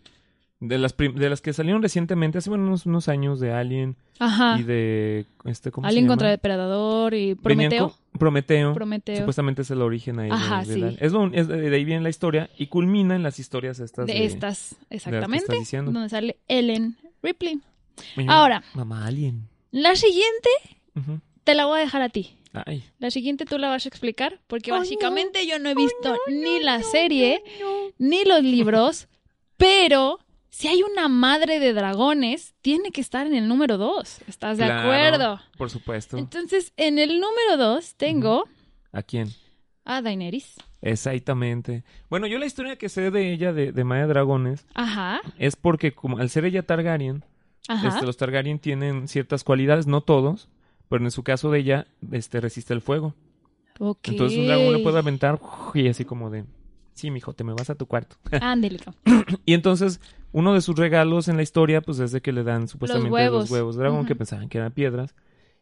Speaker 1: De las, prim- de las que salieron recientemente, hace bueno, unos, unos años, de Alien
Speaker 2: Ajá.
Speaker 1: y de. Este, ¿Cómo
Speaker 2: Ah. Alien
Speaker 1: se llama?
Speaker 2: contra Depredador y
Speaker 1: Venían
Speaker 2: Prometeo.
Speaker 1: con- Prometeo.
Speaker 2: Prometeo.
Speaker 1: Supuestamente es el origen ahí. de-
Speaker 2: Ajá,
Speaker 1: de
Speaker 2: sí.
Speaker 1: Alien. Es lo un- es- de ahí viene la historia y culmina en las historias estas.
Speaker 2: De estas, exactamente.
Speaker 1: estás diciendo.
Speaker 2: donde sale Ellen Ripley.
Speaker 1: Oye,
Speaker 2: Ahora.
Speaker 1: Mamá Alien.
Speaker 2: La siguiente
Speaker 1: Ujú.
Speaker 2: te la voy a dejar a ti.
Speaker 1: Ay.
Speaker 2: La siguiente tú la vas a explicar porque
Speaker 3: Oh, no.
Speaker 2: básicamente yo no he visto ni la serie ni los libros, pero si hay una madre de dragones, tiene que estar en el número 2. ¿Estás de
Speaker 1: Claro,
Speaker 2: acuerdo?
Speaker 1: Por supuesto.
Speaker 2: Entonces, en el número 2 tengo
Speaker 1: ¿A quién?
Speaker 2: a Daenerys.
Speaker 1: Exactamente. Bueno, yo la historia que sé de ella, de, de Maya Dragones,
Speaker 2: Ajá,
Speaker 1: es porque como al ser ella Targaryen,
Speaker 2: ajá.
Speaker 1: este, los Targaryen tienen ciertas cualidades, no todos, pero en su caso de ella, este, resiste el fuego.
Speaker 2: Ok.
Speaker 1: Entonces un dragón le puede aventar y así como de, sí, mijo, te me vas a tu cuarto.
Speaker 2: Ándele, cabrón.
Speaker 1: Y entonces, uno de sus regalos en la historia, pues es de que le dan supuestamente los huevos,
Speaker 2: huevos.
Speaker 1: de dragón,
Speaker 2: Ujú.
Speaker 1: que pensaban que eran piedras.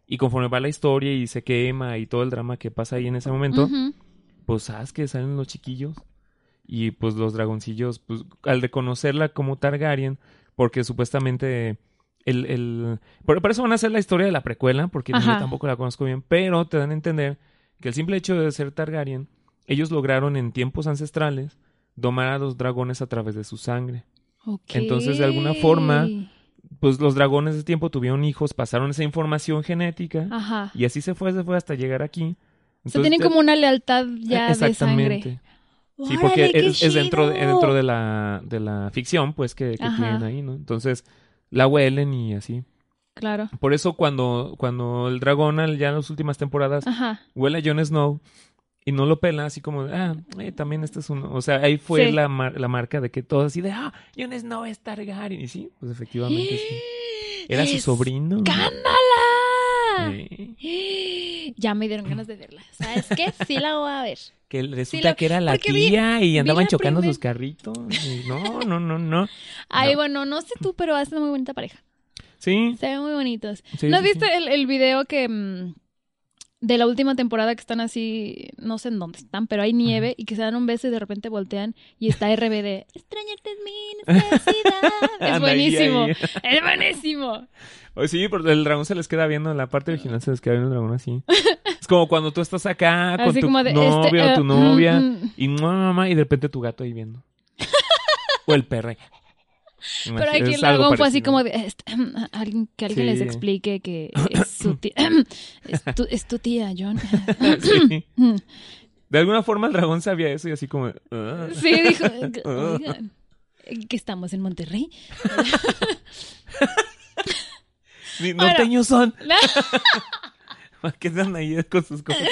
Speaker 1: Y conforme va la historia y se quema y todo el drama que pasa ahí en ese momento,
Speaker 2: Ujú.
Speaker 1: pues sabes que salen los chiquillos y pues los dragoncillos, pues al reconocerla como Targaryen, porque supuestamente el... el... Pero para eso van a hacer la historia de la precuela, porque yo
Speaker 2: Ajá.
Speaker 1: tampoco la conozco bien, pero te dan a entender que el simple hecho de ser Targaryen, ellos lograron en tiempos ancestrales domar a los dragones a través de su sangre.
Speaker 2: Ok.
Speaker 1: Entonces, de alguna forma, Pues los dragones de tiempo tuvieron hijos, pasaron esa información genética
Speaker 2: Ajá.
Speaker 1: y así se fue, se fue hasta llegar aquí.
Speaker 2: Ah. o sea, tienen
Speaker 1: Entonces, eh,
Speaker 2: como una lealtad ya de
Speaker 1: exactamente.
Speaker 2: sangre.
Speaker 1: Sí, porque
Speaker 2: ¡Órale, qué
Speaker 1: es, es dentro, de,
Speaker 2: chido!
Speaker 1: dentro de, la, de la ficción, pues, que, que
Speaker 2: Ajá.
Speaker 1: tienen ahí, ¿no? Entonces, la huelen y así.
Speaker 2: Claro.
Speaker 1: Por eso cuando, cuando el dragón, al- ya en las últimas temporadas,
Speaker 2: Ajá.
Speaker 1: huele a Jon Snow y no lo pela, así como, ah, eh, también este es uno. O sea, ahí fue
Speaker 2: Sí.
Speaker 1: la, mar- la marca de que todo así de, ah, Jon Snow es Targaryen. Y sí, pues efectivamente sí. Era su sobrino.
Speaker 2: ¡Cámala! neta. Ya me dieron ganas de verla. ¿Sabes qué? Sí la voy a ver.
Speaker 1: Que resulta
Speaker 2: lo-
Speaker 1: que era la
Speaker 2: porque vi-
Speaker 1: tía y
Speaker 2: vi
Speaker 1: andaban
Speaker 2: la
Speaker 1: chocando
Speaker 2: primer-
Speaker 1: sus carritos. Y No, no, no, no.
Speaker 2: Ay,
Speaker 1: No.
Speaker 2: bueno, no sé tú, pero hacen muy bonita pareja.
Speaker 1: Sí.
Speaker 2: Se ven muy bonitos.
Speaker 1: sí,
Speaker 2: ¿No
Speaker 1: sí, sí.
Speaker 2: viste el, el video que mm, de la última temporada que están así, no sé en dónde están, pero hay nieve y que se dan un beso y de repente voltean y está RBD? Extrañarte es mi necesidad. Es
Speaker 1: Anda, ahí,
Speaker 2: buenísimo.
Speaker 1: ahí.
Speaker 2: Es buenísimo.
Speaker 1: Oye, sí, pero el dragón se les queda viendo, en la
Speaker 2: Ah.
Speaker 1: parte original se les queda viendo el dragón así. es como cuando tú estás acá Ah, con
Speaker 2: Así
Speaker 1: tu
Speaker 2: como de
Speaker 1: novio
Speaker 2: este,
Speaker 1: o tu
Speaker 2: eh,
Speaker 1: novia
Speaker 2: mm, mm.
Speaker 1: y mamá, mamá, y de repente tu gato ahí viendo. o el perro ahí. Pues
Speaker 2: Pero aquí el dragón fue así como de, este, alguien, que alguien les
Speaker 1: Sí.
Speaker 2: explique que es su tía, es, tu, es tu tía, John.
Speaker 1: Sí.
Speaker 2: mm,
Speaker 1: De alguna forma el dragón sabía eso y así como... "Ah".
Speaker 2: Sí, dijo, "Oigan, que estamos en Monterrey.
Speaker 1: Ni-
Speaker 2: Bueno.
Speaker 1: Norteños son. ¿Para qué andan ahí con sus cosas?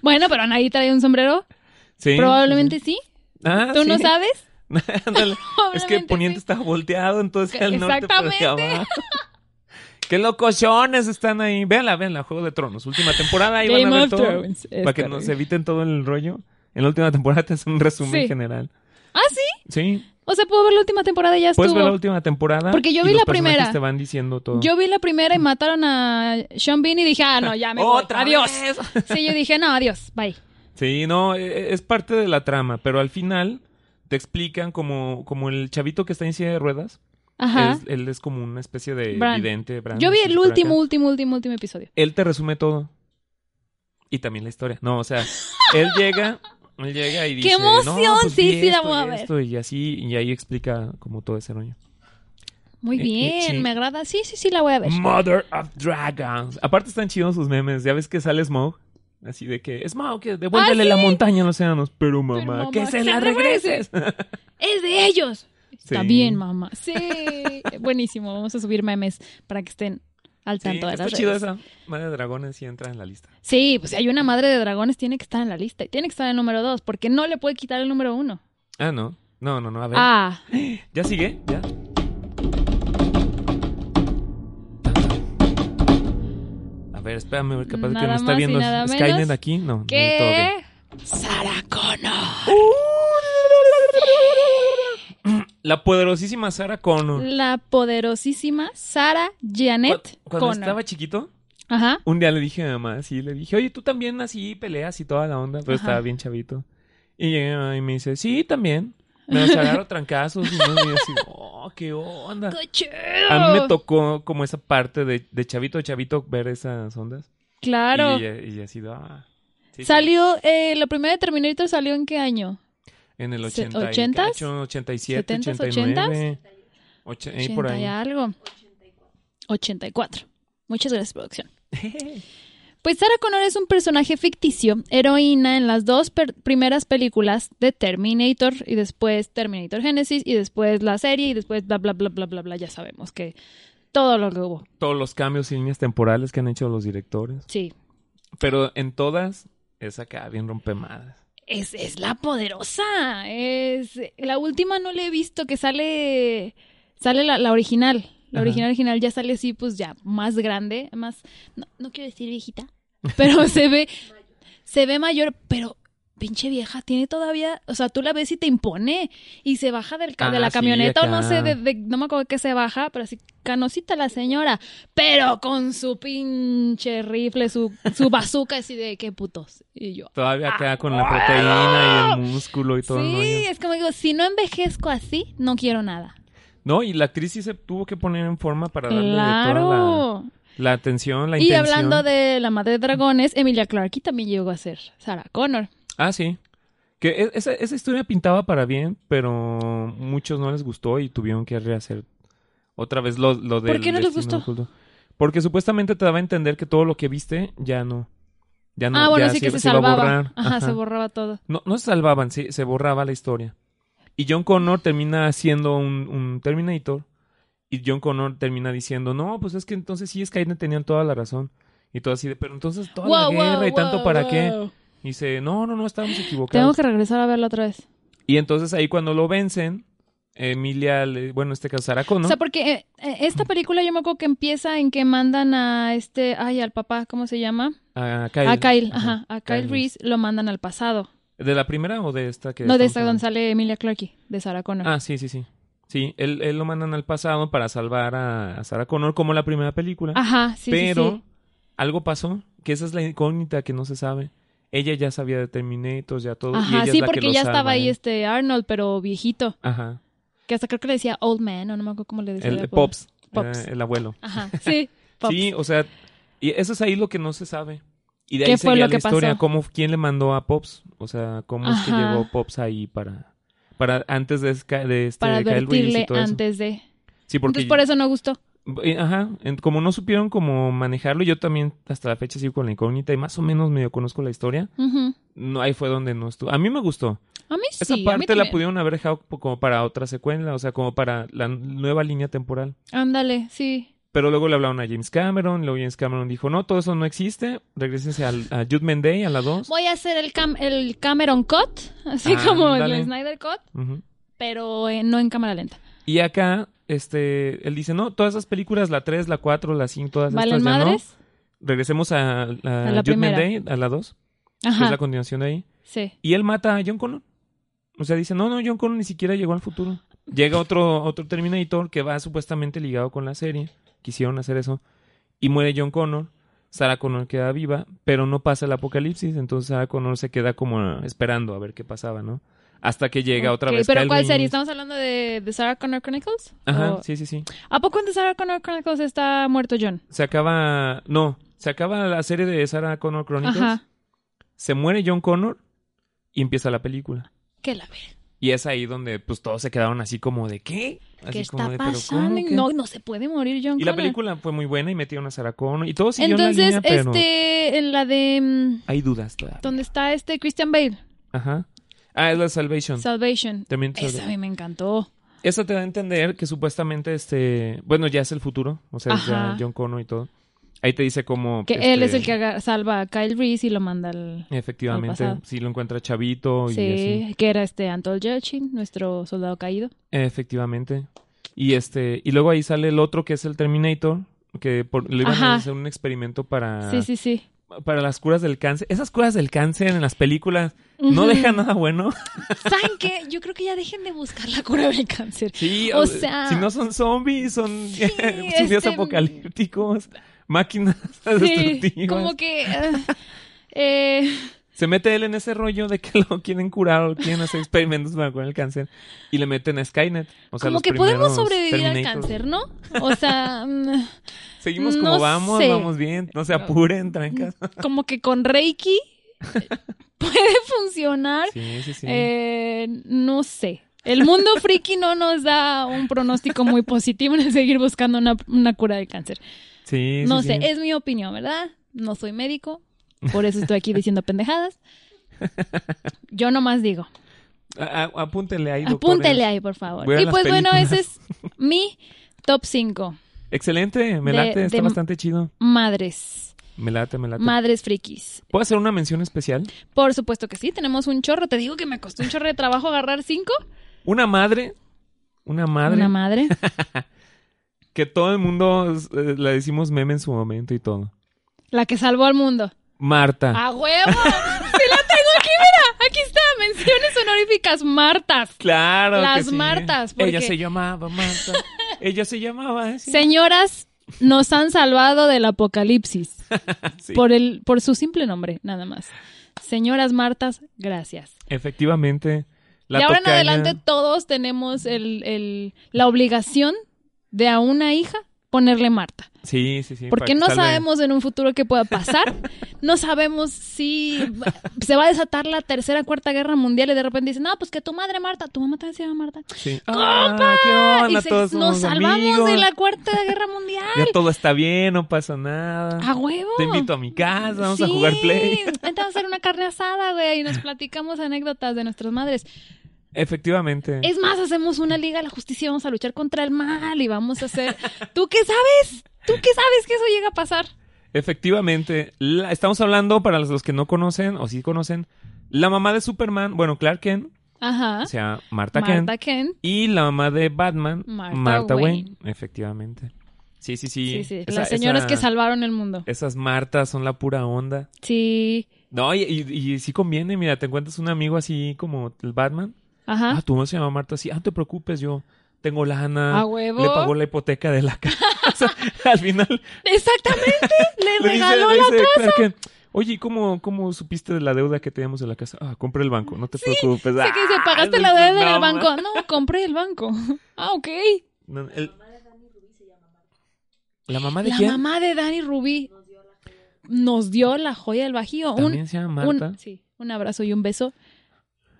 Speaker 2: Bueno, pero Anaí trae un sombrero,
Speaker 1: Sí.
Speaker 2: probablemente sí.
Speaker 1: Ah,
Speaker 2: ¿Tú no
Speaker 1: sí.
Speaker 2: sabes?
Speaker 1: Ándale. es que
Speaker 2: Probablemente
Speaker 1: Poniente
Speaker 2: sí.
Speaker 1: está volteado, entonces
Speaker 2: Que-
Speaker 1: el norte para allá
Speaker 2: exactamente.
Speaker 1: abajo. Qué locochones están ahí. Véanla, véanla, Juego de Tronos, última temporada, ahí van
Speaker 2: Game
Speaker 1: a ver
Speaker 2: of
Speaker 1: todo.
Speaker 2: Thrones, es
Speaker 1: Para que
Speaker 2: correcto.
Speaker 1: nos eviten todo el rollo. En la última temporada te hacen un resumen
Speaker 2: Sí.
Speaker 1: general.
Speaker 2: Ah, sí.
Speaker 1: Sí,
Speaker 2: O sea, puedo ver la última temporada y ya
Speaker 1: puedes ver la
Speaker 2: estuvo.
Speaker 1: última temporada.
Speaker 2: Porque yo
Speaker 1: y
Speaker 2: vi
Speaker 1: los
Speaker 2: la
Speaker 1: personajes
Speaker 2: primera.
Speaker 1: te van diciendo todo.
Speaker 2: Yo vi la primera y mataron a Sean Bean y dije, ah, no, ya me voy.
Speaker 1: ¡Otra
Speaker 2: adiós.
Speaker 1: vez!
Speaker 2: Sí, yo dije, no, adiós, bye.
Speaker 1: Sí, no, e- es parte de la trama, pero al final te explican como, como el chavito que está en silla de ruedas.
Speaker 2: Ajá.
Speaker 1: es- él es como una especie de
Speaker 2: Bran.
Speaker 1: vidente. Bran,
Speaker 2: Yo vi
Speaker 1: así
Speaker 2: el
Speaker 1: por acá.
Speaker 2: último, último, último, último episodio.
Speaker 1: él te resume todo. Y también la historia. No, o sea, él llega, él llega y dice,
Speaker 2: ¡Qué emoción!
Speaker 1: "No, pues,
Speaker 2: Sí,
Speaker 1: vi
Speaker 2: sí, la
Speaker 1: esto
Speaker 2: voy a
Speaker 1: y
Speaker 2: ver".
Speaker 1: esto", y así, y ahí explica como todo ese rollo.
Speaker 2: Muy
Speaker 1: Eh, eh,
Speaker 2: bien,
Speaker 1: sí.
Speaker 2: me agrada. Sí, sí, sí, la voy a ver.
Speaker 1: Mother of Dragons. Aparte están chidos sus memes. Ya ves que sale Smoke. Así de que, Smoke, devuélvele
Speaker 2: Ah, sí.
Speaker 1: la montaña a los océanos. Pero mamá,
Speaker 2: mamá,
Speaker 1: que se
Speaker 2: que
Speaker 1: la
Speaker 2: la
Speaker 1: regreses.
Speaker 2: ¡Es de ellos! Está
Speaker 1: Sí.
Speaker 2: bien, mamá. Sí, buenísimo. Vamos a subir memes para que estén al
Speaker 1: Sí,
Speaker 2: tanto de
Speaker 1: está
Speaker 2: las
Speaker 1: chido
Speaker 2: redes.
Speaker 1: esa. Madre de dragones sí entra en la lista.
Speaker 2: Sí, pues si hay una madre de dragones, tiene que estar en la lista. Y tiene que estar en el número dos, porque no le puede quitar el número uno.
Speaker 1: Ah, no. No, no, no. A ver.
Speaker 2: Ah,
Speaker 1: ¿Ya sigue? ¿Ya? A ver, espérame, a ver, capaz de que
Speaker 2: Nada
Speaker 1: no está
Speaker 2: más y
Speaker 1: viendo
Speaker 2: nada
Speaker 1: Skynet
Speaker 2: menos
Speaker 1: aquí. No, no, todo bien.
Speaker 2: ¿qué? Sarah Connor.
Speaker 1: La poderosísima Sarah Connor.
Speaker 2: La poderosísima Sarah Janet
Speaker 1: Cu- Cuando
Speaker 2: Connor.
Speaker 1: estaba chiquito,
Speaker 2: Ajá.
Speaker 1: un día le dije a mi mamá, sí, le dije, oye, tú también así peleas y toda la onda, pero
Speaker 2: Ajá.
Speaker 1: estaba bien chavito. Y llegué mi mamá y me dice, sí, también. Me los agarro a trancazos y no, y así, oh, qué onda.
Speaker 2: ¡Qué chido!
Speaker 1: A mí me tocó como esa parte de, de chavito a chavito ver esas ondas.
Speaker 2: Claro.
Speaker 1: Y, y así, ah. sí, sí.
Speaker 2: Salió, eh, la primera de Terminator salió en qué año?
Speaker 1: En el
Speaker 2: se-
Speaker 1: 80, y
Speaker 2: ¿ochentas?
Speaker 1: cacho, 87,
Speaker 2: ¿Setentas,
Speaker 1: 89. och- eh, por
Speaker 2: 80 y
Speaker 1: ahí.
Speaker 2: algo. 84. Muchas gracias, producción. Pues Sarah Connor es un personaje ficticio, heroína en las dos per- primeras películas de Terminator y después Terminator Genesis y después la serie y después bla bla bla bla bla bla. Ya sabemos que todo lo que hubo.
Speaker 1: Todos los cambios y líneas temporales que han hecho los directores.
Speaker 2: Sí.
Speaker 1: Pero en todas, es acá bien rompemadres.
Speaker 2: Es, es la poderosa. Es la última no le he visto que sale sale la, la original. La
Speaker 1: Ajá.
Speaker 2: original original ya sale así pues ya más grande, más no, no quiero decir viejita, pero se ve se ve mayor, pero pinche vieja tiene todavía, o sea, tú la ves y te impone y se baja del ca- de
Speaker 1: Ah,
Speaker 2: la
Speaker 1: sí,
Speaker 2: camioneta o no
Speaker 1: acá.
Speaker 2: sé de, de- no me acuerdo qué se baja, pero así canosita la señora, pero con su pinche rifle, su su bazooka así de qué putos. Y yo
Speaker 1: Todavía acá con la proteína y el músculo y todo el
Speaker 2: Ah, ¡oh! sí,
Speaker 1: rollo.
Speaker 2: es como digo, si no envejezco así, no quiero nada.
Speaker 1: No, y la actriz sí se tuvo que poner en forma para darle toda la,
Speaker 2: Claro.
Speaker 1: la atención, la
Speaker 2: Y
Speaker 1: intención.
Speaker 2: hablando de la madre de dragones, Emilia Clarke también llegó a ser Sarah Connor.
Speaker 1: Ah, sí. Que e- esa, esa historia pintaba para bien, pero muchos no les gustó y tuvieron que rehacer otra vez lo, lo de...
Speaker 2: ¿Por qué no les gustó?
Speaker 1: Porque supuestamente te daba a entender que todo lo que viste ya no. Ya no
Speaker 2: ah, bueno,
Speaker 1: ya
Speaker 2: sí que se,
Speaker 1: iba a
Speaker 2: salvaba.
Speaker 1: borrar.
Speaker 2: Ajá, se
Speaker 1: Ajá.
Speaker 2: borraba todo.
Speaker 1: No, no se salvaban, sí, se borraba la historia. Y John Connor termina siendo un, un Terminator. Y John Connor termina diciendo, no, pues es que entonces sí, Skynet tenían toda la razón. Y todo así de, pero entonces toda la
Speaker 2: Wow,
Speaker 1: guerra
Speaker 2: wow,
Speaker 1: y tanto
Speaker 2: wow,
Speaker 1: para
Speaker 2: wow.
Speaker 1: qué. Y dice, no, no, no, estábamos
Speaker 2: Tengo
Speaker 1: equivocados.
Speaker 2: que regresar a verlo otra vez.
Speaker 1: Y entonces ahí cuando lo vencen, Emilia, le- bueno, en este caso Sarako, ¿no?
Speaker 2: O sea, porque eh, eh, esta película yo me acuerdo que empieza en que mandan a este, ay, al papá, ¿cómo se llama?
Speaker 1: a Kyle.
Speaker 2: a Kyle, ajá, a Kyle,
Speaker 1: Kyle
Speaker 2: Reese lo mandan al pasado.
Speaker 1: ¿De la primera o de esta que
Speaker 2: No, de
Speaker 1: estamos
Speaker 2: esta donde
Speaker 1: hablando?
Speaker 2: sale Emilia Clarke, de Sarah Connor.
Speaker 1: Ah, sí, sí, sí. Sí, él, él lo mandan al pasado para salvar a, a Sarah Connor como la primera película.
Speaker 2: Ajá, Ah, sí,
Speaker 1: pero
Speaker 2: sí, sí.
Speaker 1: algo pasó, que esa es la incógnita que no se sabe. Ella ya sabía de Terminator, ya todo. y
Speaker 2: Ajá,
Speaker 1: ella es
Speaker 2: sí,
Speaker 1: la que
Speaker 2: porque
Speaker 1: lo
Speaker 2: ya
Speaker 1: salva,
Speaker 2: estaba ahí
Speaker 1: ¿eh?
Speaker 2: este Arnold, pero viejito.
Speaker 1: Ajá.
Speaker 2: Que hasta creo que le decía Old Man, o no me acuerdo cómo le decía.
Speaker 1: El,
Speaker 2: el apodo.
Speaker 1: Pops,
Speaker 2: Pops.
Speaker 1: era el abuelo.
Speaker 2: Ajá, sí, Pops.
Speaker 1: Sí, este, o sea, y eso es ahí lo que no se sabe. Y de
Speaker 2: ¿Qué
Speaker 1: ahí
Speaker 2: fue
Speaker 1: seguía
Speaker 2: lo que
Speaker 1: la historia,
Speaker 2: pasó?
Speaker 1: cómo, quién le mandó a Pops, o sea, cómo es que
Speaker 2: Ajá.
Speaker 1: llegó Pops ahí para, para antes de, Sky- de este
Speaker 2: para
Speaker 1: Kyle Reese y
Speaker 2: advertirle
Speaker 1: todo eso.
Speaker 2: antes de...
Speaker 1: Sí, porque
Speaker 2: Entonces por eso no gustó.
Speaker 1: Eh, Ajá, en- como no supieron cómo manejarlo, yo también hasta la fecha sigo con la incógnita y más o menos medio conozco la historia.
Speaker 2: Ujú.
Speaker 1: No, ahí fue donde no estuvo. A mí me gustó.
Speaker 2: A mí
Speaker 1: Esa
Speaker 2: sí, a mí
Speaker 1: parte la
Speaker 2: también.
Speaker 1: pudieron haber dejado po- como para otra secuela, o sea, como para la n- nueva línea temporal.
Speaker 2: Ándale, sí.
Speaker 1: Pero luego le hablaron a James Cameron, luego James Cameron dijo, no, todo eso no existe, regresense al, a Jude Menday, a la 2.
Speaker 2: Voy a hacer el, cam- el Cameron Cut, así
Speaker 1: Ah,
Speaker 2: como
Speaker 1: ándale.
Speaker 2: el Snyder Cut, pero eh, no en cámara lenta.
Speaker 1: Y acá, este, él dice, no, todas esas películas, la 3, la 4, la 5, todas
Speaker 2: ¿Valen
Speaker 1: estas ya
Speaker 2: madres?
Speaker 1: no. Regresemos a, a
Speaker 2: la
Speaker 1: Jude
Speaker 2: primera.
Speaker 1: Menday, a la 2, que
Speaker 2: Ajá,
Speaker 1: es la continuación de ahí.
Speaker 2: sí.
Speaker 1: Y él mata a John Connor. O sea, dice, no, no, John Connor ni siquiera llegó al futuro. Llega otro, otro Terminator que va supuestamente ligado con la serie. Quisieron hacer eso. Y muere John Connor. Sarah Connor queda viva, pero no pasa el apocalipsis. Entonces Sarah Connor se queda como esperando a ver qué pasaba, ¿no? Hasta que llega otra
Speaker 2: Ok,
Speaker 1: vez.
Speaker 2: ¿Pero
Speaker 1: Kyle
Speaker 2: cuál
Speaker 1: Reese.
Speaker 2: serie? ¿Estamos hablando de, de Sarah Connor Chronicles?
Speaker 1: Ajá,
Speaker 2: ¿O-
Speaker 1: sí, sí, sí.
Speaker 2: ¿A poco en The Sarah Connor Chronicles está muerto John?
Speaker 1: Se acaba. No, se acaba la serie de Sarah Connor Chronicles.
Speaker 2: Ajá.
Speaker 1: Se muere John Connor y empieza la película.
Speaker 2: Que la ver.
Speaker 1: Y es ahí donde pues todos se quedaron así como de ¿qué? Así
Speaker 2: ¿Qué
Speaker 1: como
Speaker 2: está
Speaker 1: de, "¿Pero cómo?
Speaker 2: pasando?
Speaker 1: ¿Qué?".
Speaker 2: No, no se puede morir John
Speaker 1: y
Speaker 2: Connor.
Speaker 1: la película fue muy buena y metieron a Sarah Connor y todo siguió
Speaker 2: Entonces,
Speaker 1: en la línea, pero
Speaker 2: este, en la de... mm,
Speaker 1: hay dudas todavía.
Speaker 2: ¿Dónde está este Christian Bale?
Speaker 1: Ajá. Ah, es la Salvation.
Speaker 2: Salvation.
Speaker 1: También te
Speaker 2: Esa a mí me encantó.
Speaker 1: Eso te da a entender que supuestamente este, bueno, ya es el futuro, o sea, ya
Speaker 2: Ajá.
Speaker 1: John Connor y todo. Ahí te dice como
Speaker 2: Que él
Speaker 1: este,
Speaker 2: es el que haga- salva a Kyle Reese y lo manda al...
Speaker 1: efectivamente
Speaker 2: pasado.
Speaker 1: sí lo encuentra chavito y así.
Speaker 2: Sí, que era este Anton Yelchin, nuestro soldado caído.
Speaker 1: Efectivamente. Y este, y luego ahí sale el otro que es el Terminator, que por, le iban a
Speaker 2: Ajá.
Speaker 1: hacer un experimento para
Speaker 2: Sí, sí, sí.
Speaker 1: para las curas del cáncer. Esas curas del cáncer en las películas no
Speaker 2: Ujú.
Speaker 1: dejan nada bueno.
Speaker 2: ¿Saben qué? Yo creo que ya dejen de buscar la cura del cáncer.
Speaker 1: Sí,
Speaker 2: O
Speaker 1: o-
Speaker 2: sea-
Speaker 1: si no son zombies, son
Speaker 2: Sí,
Speaker 1: sitios
Speaker 2: este-
Speaker 1: apocalípticos, máquinas
Speaker 2: Sí,
Speaker 1: destructivas.
Speaker 2: como que... eh, eh,
Speaker 1: Se mete él en ese rollo de que lo quieren curar o quieren hacer experimentos para curar el cáncer y le meten a Skynet. O sea,
Speaker 2: como
Speaker 1: los
Speaker 2: que podemos
Speaker 1: primeros
Speaker 2: sobrevivir al
Speaker 1: Terminators.
Speaker 2: cáncer, ¿no? O sea, mm,
Speaker 1: Seguimos como
Speaker 2: No
Speaker 1: vamos,
Speaker 2: sé.
Speaker 1: vamos bien, no se apuren, trancas.
Speaker 2: como que con Reiki eh, puede funcionar.
Speaker 1: Sí, sí, sí.
Speaker 2: Eh, no sé. El mundo friki no nos da un pronóstico muy positivo en el seguir buscando una, una cura del cáncer.
Speaker 1: sí, sí,
Speaker 2: No
Speaker 1: sí.
Speaker 2: sé, es mi opinión, ¿verdad? No soy médico, por eso estoy aquí diciendo pendejadas. Yo nomás digo,
Speaker 1: A- a- apúntele ahí, doctor.
Speaker 2: apúntele ahí, por favor.
Speaker 1: Vean
Speaker 2: Y
Speaker 1: las
Speaker 2: pues bueno,
Speaker 1: películas.
Speaker 2: ese es mi top 5.
Speaker 1: Excelente, me
Speaker 2: De-
Speaker 1: late, está
Speaker 2: de-
Speaker 1: bastante chido.
Speaker 2: Madres,
Speaker 1: Me late, me late.
Speaker 2: madres frikis.
Speaker 1: ¿Puedo hacer una mención especial?
Speaker 2: Por supuesto que sí, tenemos un chorro. Te digo que me costó un chorro de trabajo agarrar cinco.
Speaker 1: Una madre, una madre,
Speaker 2: Una madre.
Speaker 1: que todo el mundo eh, la decimos meme en su momento y todo.
Speaker 2: La que salvó al mundo.
Speaker 1: Marta.
Speaker 2: ¡A huevo! ¡Sí la tengo aquí, mira! Aquí está, menciones honoríficas, Martas.
Speaker 1: claro. que
Speaker 2: las
Speaker 1: sí.
Speaker 2: Martas, porque-
Speaker 1: Ella se llamaba Marta. Ella se llamaba. así.
Speaker 2: Señoras, nos han salvado del apocalipsis
Speaker 1: Ah, Sí,
Speaker 2: por, el, por su simple nombre, nada más. Señoras Martas, gracias.
Speaker 1: Efectivamente. La
Speaker 2: y ahora
Speaker 1: tocaña-
Speaker 2: en adelante todos tenemos el, el- la obligación de a una hija ponerle Marta.
Speaker 1: Sí, sí, sí. para
Speaker 2: Porque
Speaker 1: que
Speaker 2: no
Speaker 1: salve-
Speaker 2: sabemos en un futuro qué pueda pasar. No sabemos si se va a desatar la tercera, cuarta guerra mundial y de repente dicen, no, pues que tu madre Marta, tu mamá también se llama Marta.
Speaker 1: Sí. ¡Ah, qué onda!
Speaker 2: y se-
Speaker 1: Todos somos
Speaker 2: nos salvamos
Speaker 1: amigos.
Speaker 2: de la cuarta guerra mundial.
Speaker 1: Ya todo está bien, no pasa nada.
Speaker 2: A huevo.
Speaker 1: Te invito a mi casa, vamos a
Speaker 2: Ah, Sí,
Speaker 1: jugar play.
Speaker 2: Vente a hacer una carne asada, güey, y nos platicamos anécdotas de nuestras madres.
Speaker 1: Efectivamente.
Speaker 2: Es más, hacemos una liga de la justicia, vamos a luchar contra el mal y vamos a hacer... ¿Tú qué sabes? ¿Tú qué sabes que eso llega a pasar?
Speaker 1: Efectivamente, la- estamos hablando para los que no conocen o sí conocen, la mamá de Superman, bueno, Clark Kent,
Speaker 2: Ajá.
Speaker 1: O sea, Marta, Kent.
Speaker 2: Marta Kent.
Speaker 1: Y la mamá de Batman,
Speaker 2: Martha
Speaker 1: Marta, Wayne.
Speaker 2: Wayne.
Speaker 1: Efectivamente. Sí, sí, sí.
Speaker 2: Sí, sí.
Speaker 1: Esa-
Speaker 2: Las señoras
Speaker 1: esa-
Speaker 2: que salvaron el mundo.
Speaker 1: Esas Martas son la pura onda.
Speaker 2: Sí.
Speaker 1: No, y, y- y sí conviene. Mira, te encuentras un amigo así como el Batman.
Speaker 2: Ajá.
Speaker 1: Ah, tu mamá se llama Marta. Sí, ah, no te preocupes, yo tengo lana.
Speaker 2: a huevo.
Speaker 1: Ah, Le pagó la hipoteca de la casa. O sea, al final
Speaker 2: Exactamente. Le
Speaker 1: le dice,
Speaker 2: regaló
Speaker 1: le
Speaker 2: la
Speaker 1: dice Clark Kent, Oye, ¿y ¿cómo, ¿cómo supiste de la deuda que teníamos de la casa? Ah, compré el banco, no te preocupes.
Speaker 2: Sé que dice,
Speaker 1: Ah,
Speaker 2: pagaste la deuda
Speaker 1: no,
Speaker 2: del
Speaker 1: ma-
Speaker 2: banco. No, compré el banco. Ah, ok.
Speaker 1: No, el- ¿La mamá Ah, de
Speaker 2: La
Speaker 1: quién?
Speaker 2: mamá de Dani Rubí nos dio la joya del bajío.
Speaker 1: También
Speaker 2: Un,
Speaker 1: se llama Marta.
Speaker 2: un, sí, un abrazo y un beso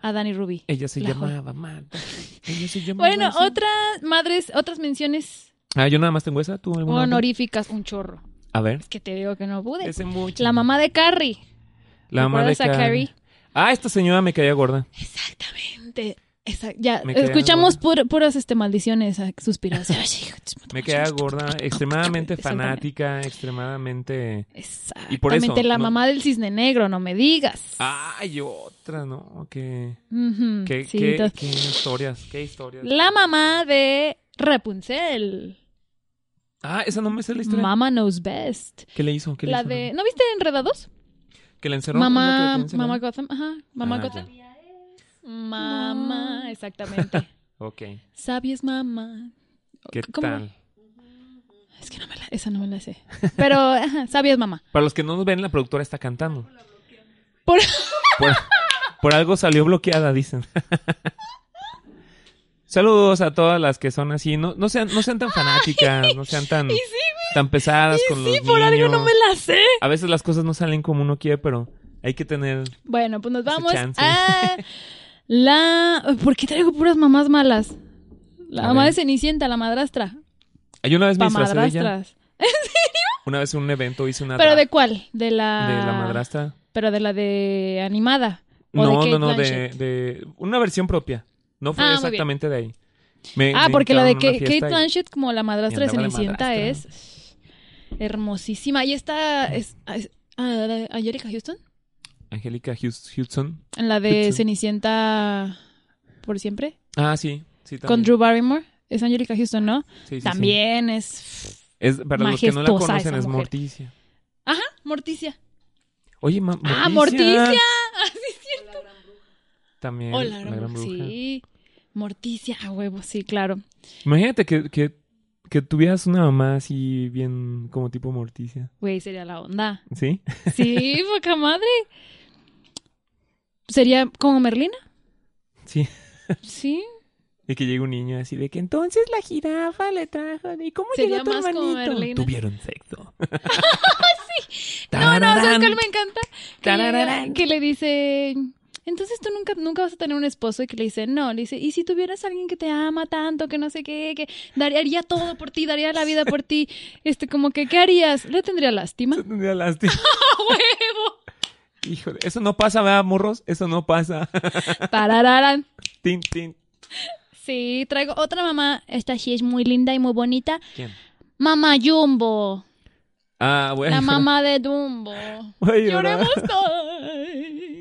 Speaker 2: a Dani Rubí.
Speaker 1: Ella se
Speaker 2: la
Speaker 1: llamaba Marta. Ella se llamaba
Speaker 2: Bueno,
Speaker 1: así.
Speaker 2: otras madres, otras menciones
Speaker 1: Ah, yo nada más tengo esa. ¿Tú alguna? otra?
Speaker 2: honoríficas, un chorro.
Speaker 1: A ver.
Speaker 2: Es que te digo que no pude.
Speaker 1: Ese mucho.
Speaker 2: La mamá de Carrie.
Speaker 1: La mamá de
Speaker 2: ¿Recuerdas a
Speaker 1: Carrie.
Speaker 2: Carrie?
Speaker 1: Ah, esta señora me caía gorda.
Speaker 2: Exactamente. Esa- ya,
Speaker 1: Me quedé
Speaker 2: escuchamos pur- puras este, maldiciones, ah, suspiros. Ay, hijo de su puta
Speaker 1: Me
Speaker 2: madre.
Speaker 1: caía gorda, extremadamente
Speaker 2: Exactamente.
Speaker 1: fanática, extremadamente...
Speaker 2: Exactamente.
Speaker 1: Y por eso,
Speaker 2: la
Speaker 1: no-
Speaker 2: mamá del cisne negro, no me digas.
Speaker 1: Ay, otra, ¿no? Que...
Speaker 2: Ujú,
Speaker 1: ¿Qué,
Speaker 2: Mm, sí,
Speaker 1: qué-
Speaker 2: entonces-
Speaker 1: qué historias? ¿Qué historias?
Speaker 2: La mamá de Rapunzel.
Speaker 1: Ah, esa no me sé la historia.
Speaker 2: Mama knows best.
Speaker 1: ¿Qué le hizo? ¿Qué le
Speaker 2: La
Speaker 1: hizo?
Speaker 2: de. ¿No viste Enredados?
Speaker 1: ¿Que la encerró? ¿No que
Speaker 2: mamá.
Speaker 1: la tiene
Speaker 2: Mamá
Speaker 1: encerrada?
Speaker 2: Gotham. Ajá. Mamá
Speaker 1: Ah,
Speaker 2: Gotham.
Speaker 1: ya.
Speaker 2: Mamá, exactamente.
Speaker 1: Ok.
Speaker 2: Sabias mamá.
Speaker 1: ¿Qué
Speaker 2: ¿Cómo?
Speaker 1: tal?
Speaker 2: Es que no me la, esa no me la sé. Pero, ajá, sabias mamá.
Speaker 1: Para los que no nos ven, la productora está cantando.
Speaker 2: Por-
Speaker 1: Por, por algo salió bloqueada, dicen. Saludos a todas las que son así. No, no, sean, no sean tan fanáticas, no sean tan,
Speaker 2: y sí,
Speaker 1: tan pesadas con los
Speaker 2: sí, por algo no
Speaker 1: niños.
Speaker 2: me la sé.
Speaker 1: A veces las cosas no salen como uno quiere, pero hay que tener...
Speaker 2: Bueno, pues nos
Speaker 1: Ese
Speaker 2: vamos
Speaker 1: chance.
Speaker 2: a la. ¿Por qué traigo puras mamás malas? La
Speaker 1: A
Speaker 2: mamá de
Speaker 1: ver.
Speaker 2: Cenicienta, la madrastra.
Speaker 1: Yo una vez me
Speaker 2: Pa
Speaker 1: disfracé de ella.
Speaker 2: madrastras.
Speaker 1: Una vez en un evento hice una...
Speaker 2: ¿Pero
Speaker 1: drag
Speaker 2: de cuál? De la.
Speaker 1: de la madrastra.
Speaker 2: Pero Ah, de la de animada. ¿O de
Speaker 1: No,
Speaker 2: Kate
Speaker 1: no, no, de,
Speaker 2: Blanchett?
Speaker 1: de una versión propia. No fue
Speaker 2: Ah, muy bien.
Speaker 1: exactamente de ahí. Me-
Speaker 2: Ah,
Speaker 1: me
Speaker 2: porque la de
Speaker 1: invitaron a una
Speaker 2: Kate, Kate
Speaker 1: fiesta y-
Speaker 2: Blanchett como la madrastra de
Speaker 1: andaba la
Speaker 2: Cenicienta
Speaker 1: madrastra.
Speaker 2: es hermosísima. Y esta es, es- ah, la de Angelica Houston,
Speaker 1: Angélica Hus- Hudson.
Speaker 2: en la de
Speaker 1: Houston.
Speaker 2: Cenicienta por siempre,
Speaker 1: Ah, sí, sí, también.
Speaker 2: con Drew Barrymore. Es Angelica Houston, ¿no?
Speaker 1: Sí, sí, sí.
Speaker 2: También es
Speaker 1: Es, para los que no la
Speaker 2: majestuosa
Speaker 1: conocen,
Speaker 2: esa
Speaker 1: es
Speaker 2: mujer.
Speaker 1: Morticia.
Speaker 2: Morticia.
Speaker 1: Oye, ma-
Speaker 2: Ah, Morticia.
Speaker 1: También.
Speaker 2: Hola,
Speaker 1: la gran bruja.
Speaker 2: Sí. Morticia, a huevo, sí, claro.
Speaker 1: Imagínate que, que, que tuvieras una mamá así, bien como tipo Morticia.
Speaker 2: Güey, sería la onda.
Speaker 1: ¿Sí?
Speaker 2: Sí, poca madre. ¿Sería como Merlina?
Speaker 1: Sí.
Speaker 2: Sí.
Speaker 1: Y que llegue un niño así de que entonces la jirafa le trajo. ¿Y cómo
Speaker 2: Sería
Speaker 1: llegó tu
Speaker 2: más como
Speaker 1: hermanito?
Speaker 2: Merlina.
Speaker 1: Tuvieron sexo. sí.
Speaker 2: No, no, ¿sabes cuál me encanta? Que,
Speaker 1: Tarararán.
Speaker 2: llega- que le dice, entonces tú nunca, nunca vas a tener un esposo y que le dice, no, le dice, y si tuvieras a alguien que te ama tanto, que no sé qué, que daría haría todo por ti, daría la vida por ti, este, como que, ¿qué harías? ¿Le tendría lástima?
Speaker 1: Yo tendría lástima.
Speaker 2: ¡A huevo!
Speaker 1: Híjole, eso no pasa, ¿verdad, morros? Eso no pasa.
Speaker 2: Tarararán.
Speaker 1: tin, tin.
Speaker 2: Sí, traigo otra mamá, esta sí es muy linda y muy bonita,
Speaker 1: ¿Quién?
Speaker 2: mamá Jumbo.
Speaker 1: Ah, bueno.
Speaker 2: La mamá de Dumbo.
Speaker 1: Voy a llorar.
Speaker 2: Lloremos todos.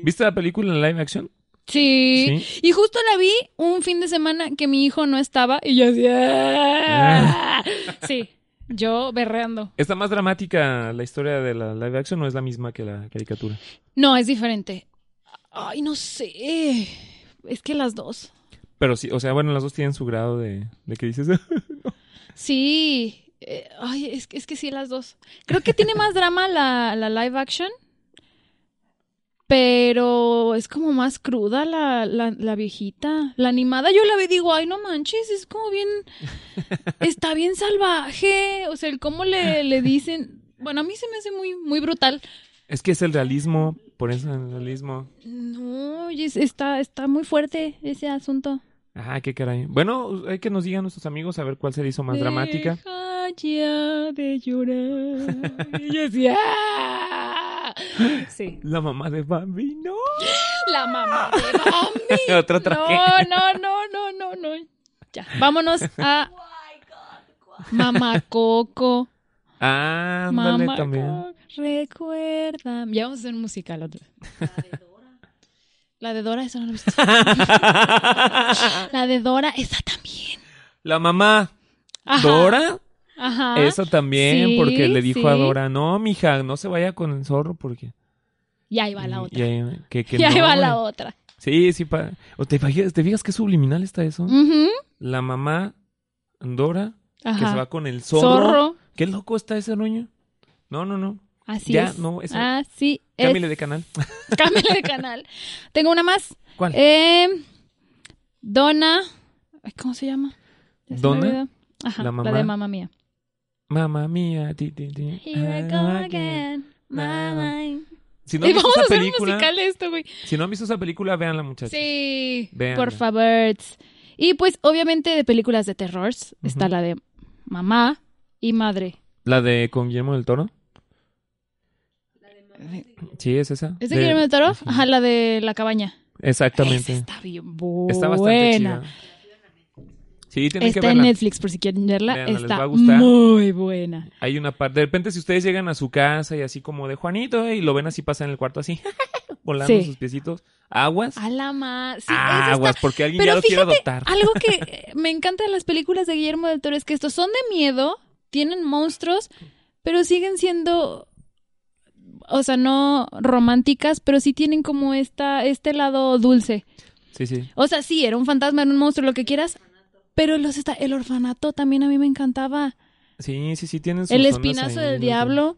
Speaker 1: ¿Viste la película en live action?
Speaker 2: Sí. Y justo la vi un fin de semana que mi hijo no estaba y yo así. "Ah". Sí, yo berreando.
Speaker 1: ¿Está más dramática la historia de la live action o es la misma que la caricatura?
Speaker 2: No, es diferente. Ay, no sé. Es que las dos.
Speaker 1: Pero sí, o sea, bueno, las dos tienen su grado de, de que dices.
Speaker 2: Sí. Eh, ay, es, que- es que sí, las dos. Creo que tiene más drama la, la live action. Pero es como más cruda la, la, la viejita. La animada yo la veo y digo, ay, no manches, es como bien... Está bien salvaje. O sea, el cómo le, le dicen... Bueno, a mí se me hace muy, muy brutal.
Speaker 1: es que es el realismo, por eso el realismo.
Speaker 2: No, y es- está, está muy fuerte ese asunto.
Speaker 1: Ah, qué caray. Bueno, hay que nos digan nuestros amigos a ver cuál se le hizo más dramática.
Speaker 2: Deja ya de llorar. Y yo decía, "Ah". Sí.
Speaker 1: La mamá de Bambi, no.
Speaker 2: La mamá de Bambi.
Speaker 1: Otra tragedia.
Speaker 2: No, no, no, no, no, no. Ya, vámonos a Mamá Coco.
Speaker 1: Ah, ándale
Speaker 2: Mamá
Speaker 1: también.
Speaker 2: Coco, recuerda. Ya vamos a hacer un musical otra vez. La de Dora, esa no la he visto. la de Dora, esa también.
Speaker 1: La mamá.
Speaker 2: Ajá.
Speaker 1: ¿Dora?
Speaker 2: Ajá.
Speaker 1: Esa también,
Speaker 2: Sí,
Speaker 1: porque le dijo a
Speaker 2: sí.
Speaker 1: Dora, no, mija, no se vaya con el zorro porque...
Speaker 2: Y ahí va la
Speaker 1: Y
Speaker 2: otra.
Speaker 1: ahí, que, que
Speaker 2: Y ahí
Speaker 1: no,
Speaker 2: va la
Speaker 1: güey.
Speaker 2: otra.
Speaker 1: Sí, sí. pa- ¿O te, fijas- ¿Te fijas qué subliminal está eso?
Speaker 2: Ujú,
Speaker 1: La mamá Dora, que se
Speaker 2: Ajá.
Speaker 1: va con el zorro.
Speaker 2: Zorro.
Speaker 1: Qué loco está ese niño. No, no, no.
Speaker 2: Así
Speaker 1: Ya,
Speaker 2: es.
Speaker 1: no, esa-
Speaker 2: Así es.
Speaker 1: Cámbiale de canal.
Speaker 2: Cámbiale de canal. Tengo una más.
Speaker 1: ¿Cuál?
Speaker 2: Eh, Donna. ay, ¿Cómo se llama? Ya se me
Speaker 1: ¿Donna?
Speaker 2: olvidó. Ajá,
Speaker 1: ¿La
Speaker 2: la,
Speaker 1: mamá?
Speaker 2: de mamá mía.
Speaker 1: Mamá mía. ti, ti, ti.
Speaker 2: Here I go
Speaker 1: Ah, que-
Speaker 2: again,
Speaker 1: Mamá.
Speaker 2: mamá.
Speaker 1: Si no
Speaker 2: Y
Speaker 1: han visto
Speaker 2: vamos a
Speaker 1: esa
Speaker 2: hacer un
Speaker 1: película,
Speaker 2: musical de esto, güey.
Speaker 1: si no han visto esa película, véanla, muchachos.
Speaker 2: Sí,
Speaker 1: Véanla.
Speaker 2: por favor. Y pues obviamente de películas de terror está
Speaker 1: Ujú.
Speaker 2: la de mamá y madre.
Speaker 1: La de con Guillermo del Toro. Sí, es esa.
Speaker 2: ¿Es de Guillermo del Toro? Ajá, la de la cabaña.
Speaker 1: Exactamente.
Speaker 2: Esa está bien buena.
Speaker 1: Está bastante chida. Sí, tienen que
Speaker 2: Está en
Speaker 1: verla.
Speaker 2: Netflix por si quieren verla.
Speaker 1: Véanla, les
Speaker 2: está
Speaker 1: va a gustar.
Speaker 2: muy buena.
Speaker 1: Hay una parte. De repente, si ustedes llegan a su casa y así como de Juanito y lo ven así, pasa en el cuarto así, volando
Speaker 2: Sí.
Speaker 1: sus piecitos. Aguas.
Speaker 2: A la más. Sí,
Speaker 1: Ah,
Speaker 2: esa está-
Speaker 1: aguas, porque alguien
Speaker 2: Pero
Speaker 1: ya lo quiere
Speaker 2: fíjate,
Speaker 1: adoptar.
Speaker 2: Algo que eh, me encanta de las películas de Guillermo del Toro es que estos son de miedo, tienen monstruos, pero siguen siendo, o sea, no románticas, pero sí tienen como esta, este lado dulce.
Speaker 1: Sí, sí.
Speaker 2: O sea, sí, era un fantasma, era un monstruo, lo que quieras, pero los está, el orfanato también a mí me encantaba.
Speaker 1: Sí, sí, sí, tienen sus
Speaker 2: El
Speaker 1: ondas
Speaker 2: espinazo
Speaker 1: ahí, ¿no?
Speaker 2: del diablo,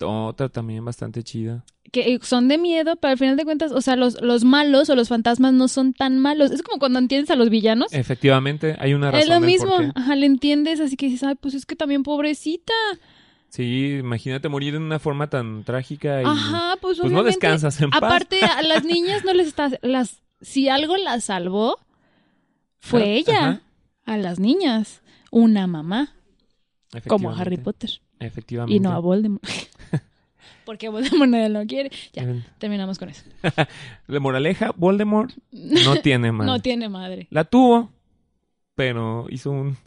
Speaker 1: Otra también bastante chida.
Speaker 2: que eh, son de miedo, pero al final de cuentas, o sea, los, los malos o los fantasmas no son tan malos. Es como cuando entiendes a los villanos.
Speaker 1: Efectivamente, hay una razón.
Speaker 2: Es lo
Speaker 1: del por
Speaker 2: mismo,
Speaker 1: qué.
Speaker 2: ajá, le entiendes, así que dices, ay, pues es que también pobrecita.
Speaker 1: Sí, imagínate morir de una forma tan trágica y
Speaker 2: Ajá, pues,
Speaker 1: pues no
Speaker 2: obviamente.
Speaker 1: descansas en paz.
Speaker 2: Aparte, a las niñas no les está, las, si algo las salvó, fue
Speaker 1: Ajá,
Speaker 2: ella,
Speaker 1: ajá.
Speaker 2: a las niñas, una mamá, como
Speaker 1: Efectivamente,
Speaker 2: Harry Potter,
Speaker 1: Efectivamente.
Speaker 2: y no a Voldemort. Porque Voldemort nadie lo quiere. Ya,
Speaker 1: Eh,
Speaker 2: terminamos con eso.
Speaker 1: La moraleja, Voldemort no tiene madre.
Speaker 2: No tiene madre.
Speaker 1: La tuvo, pero hizo un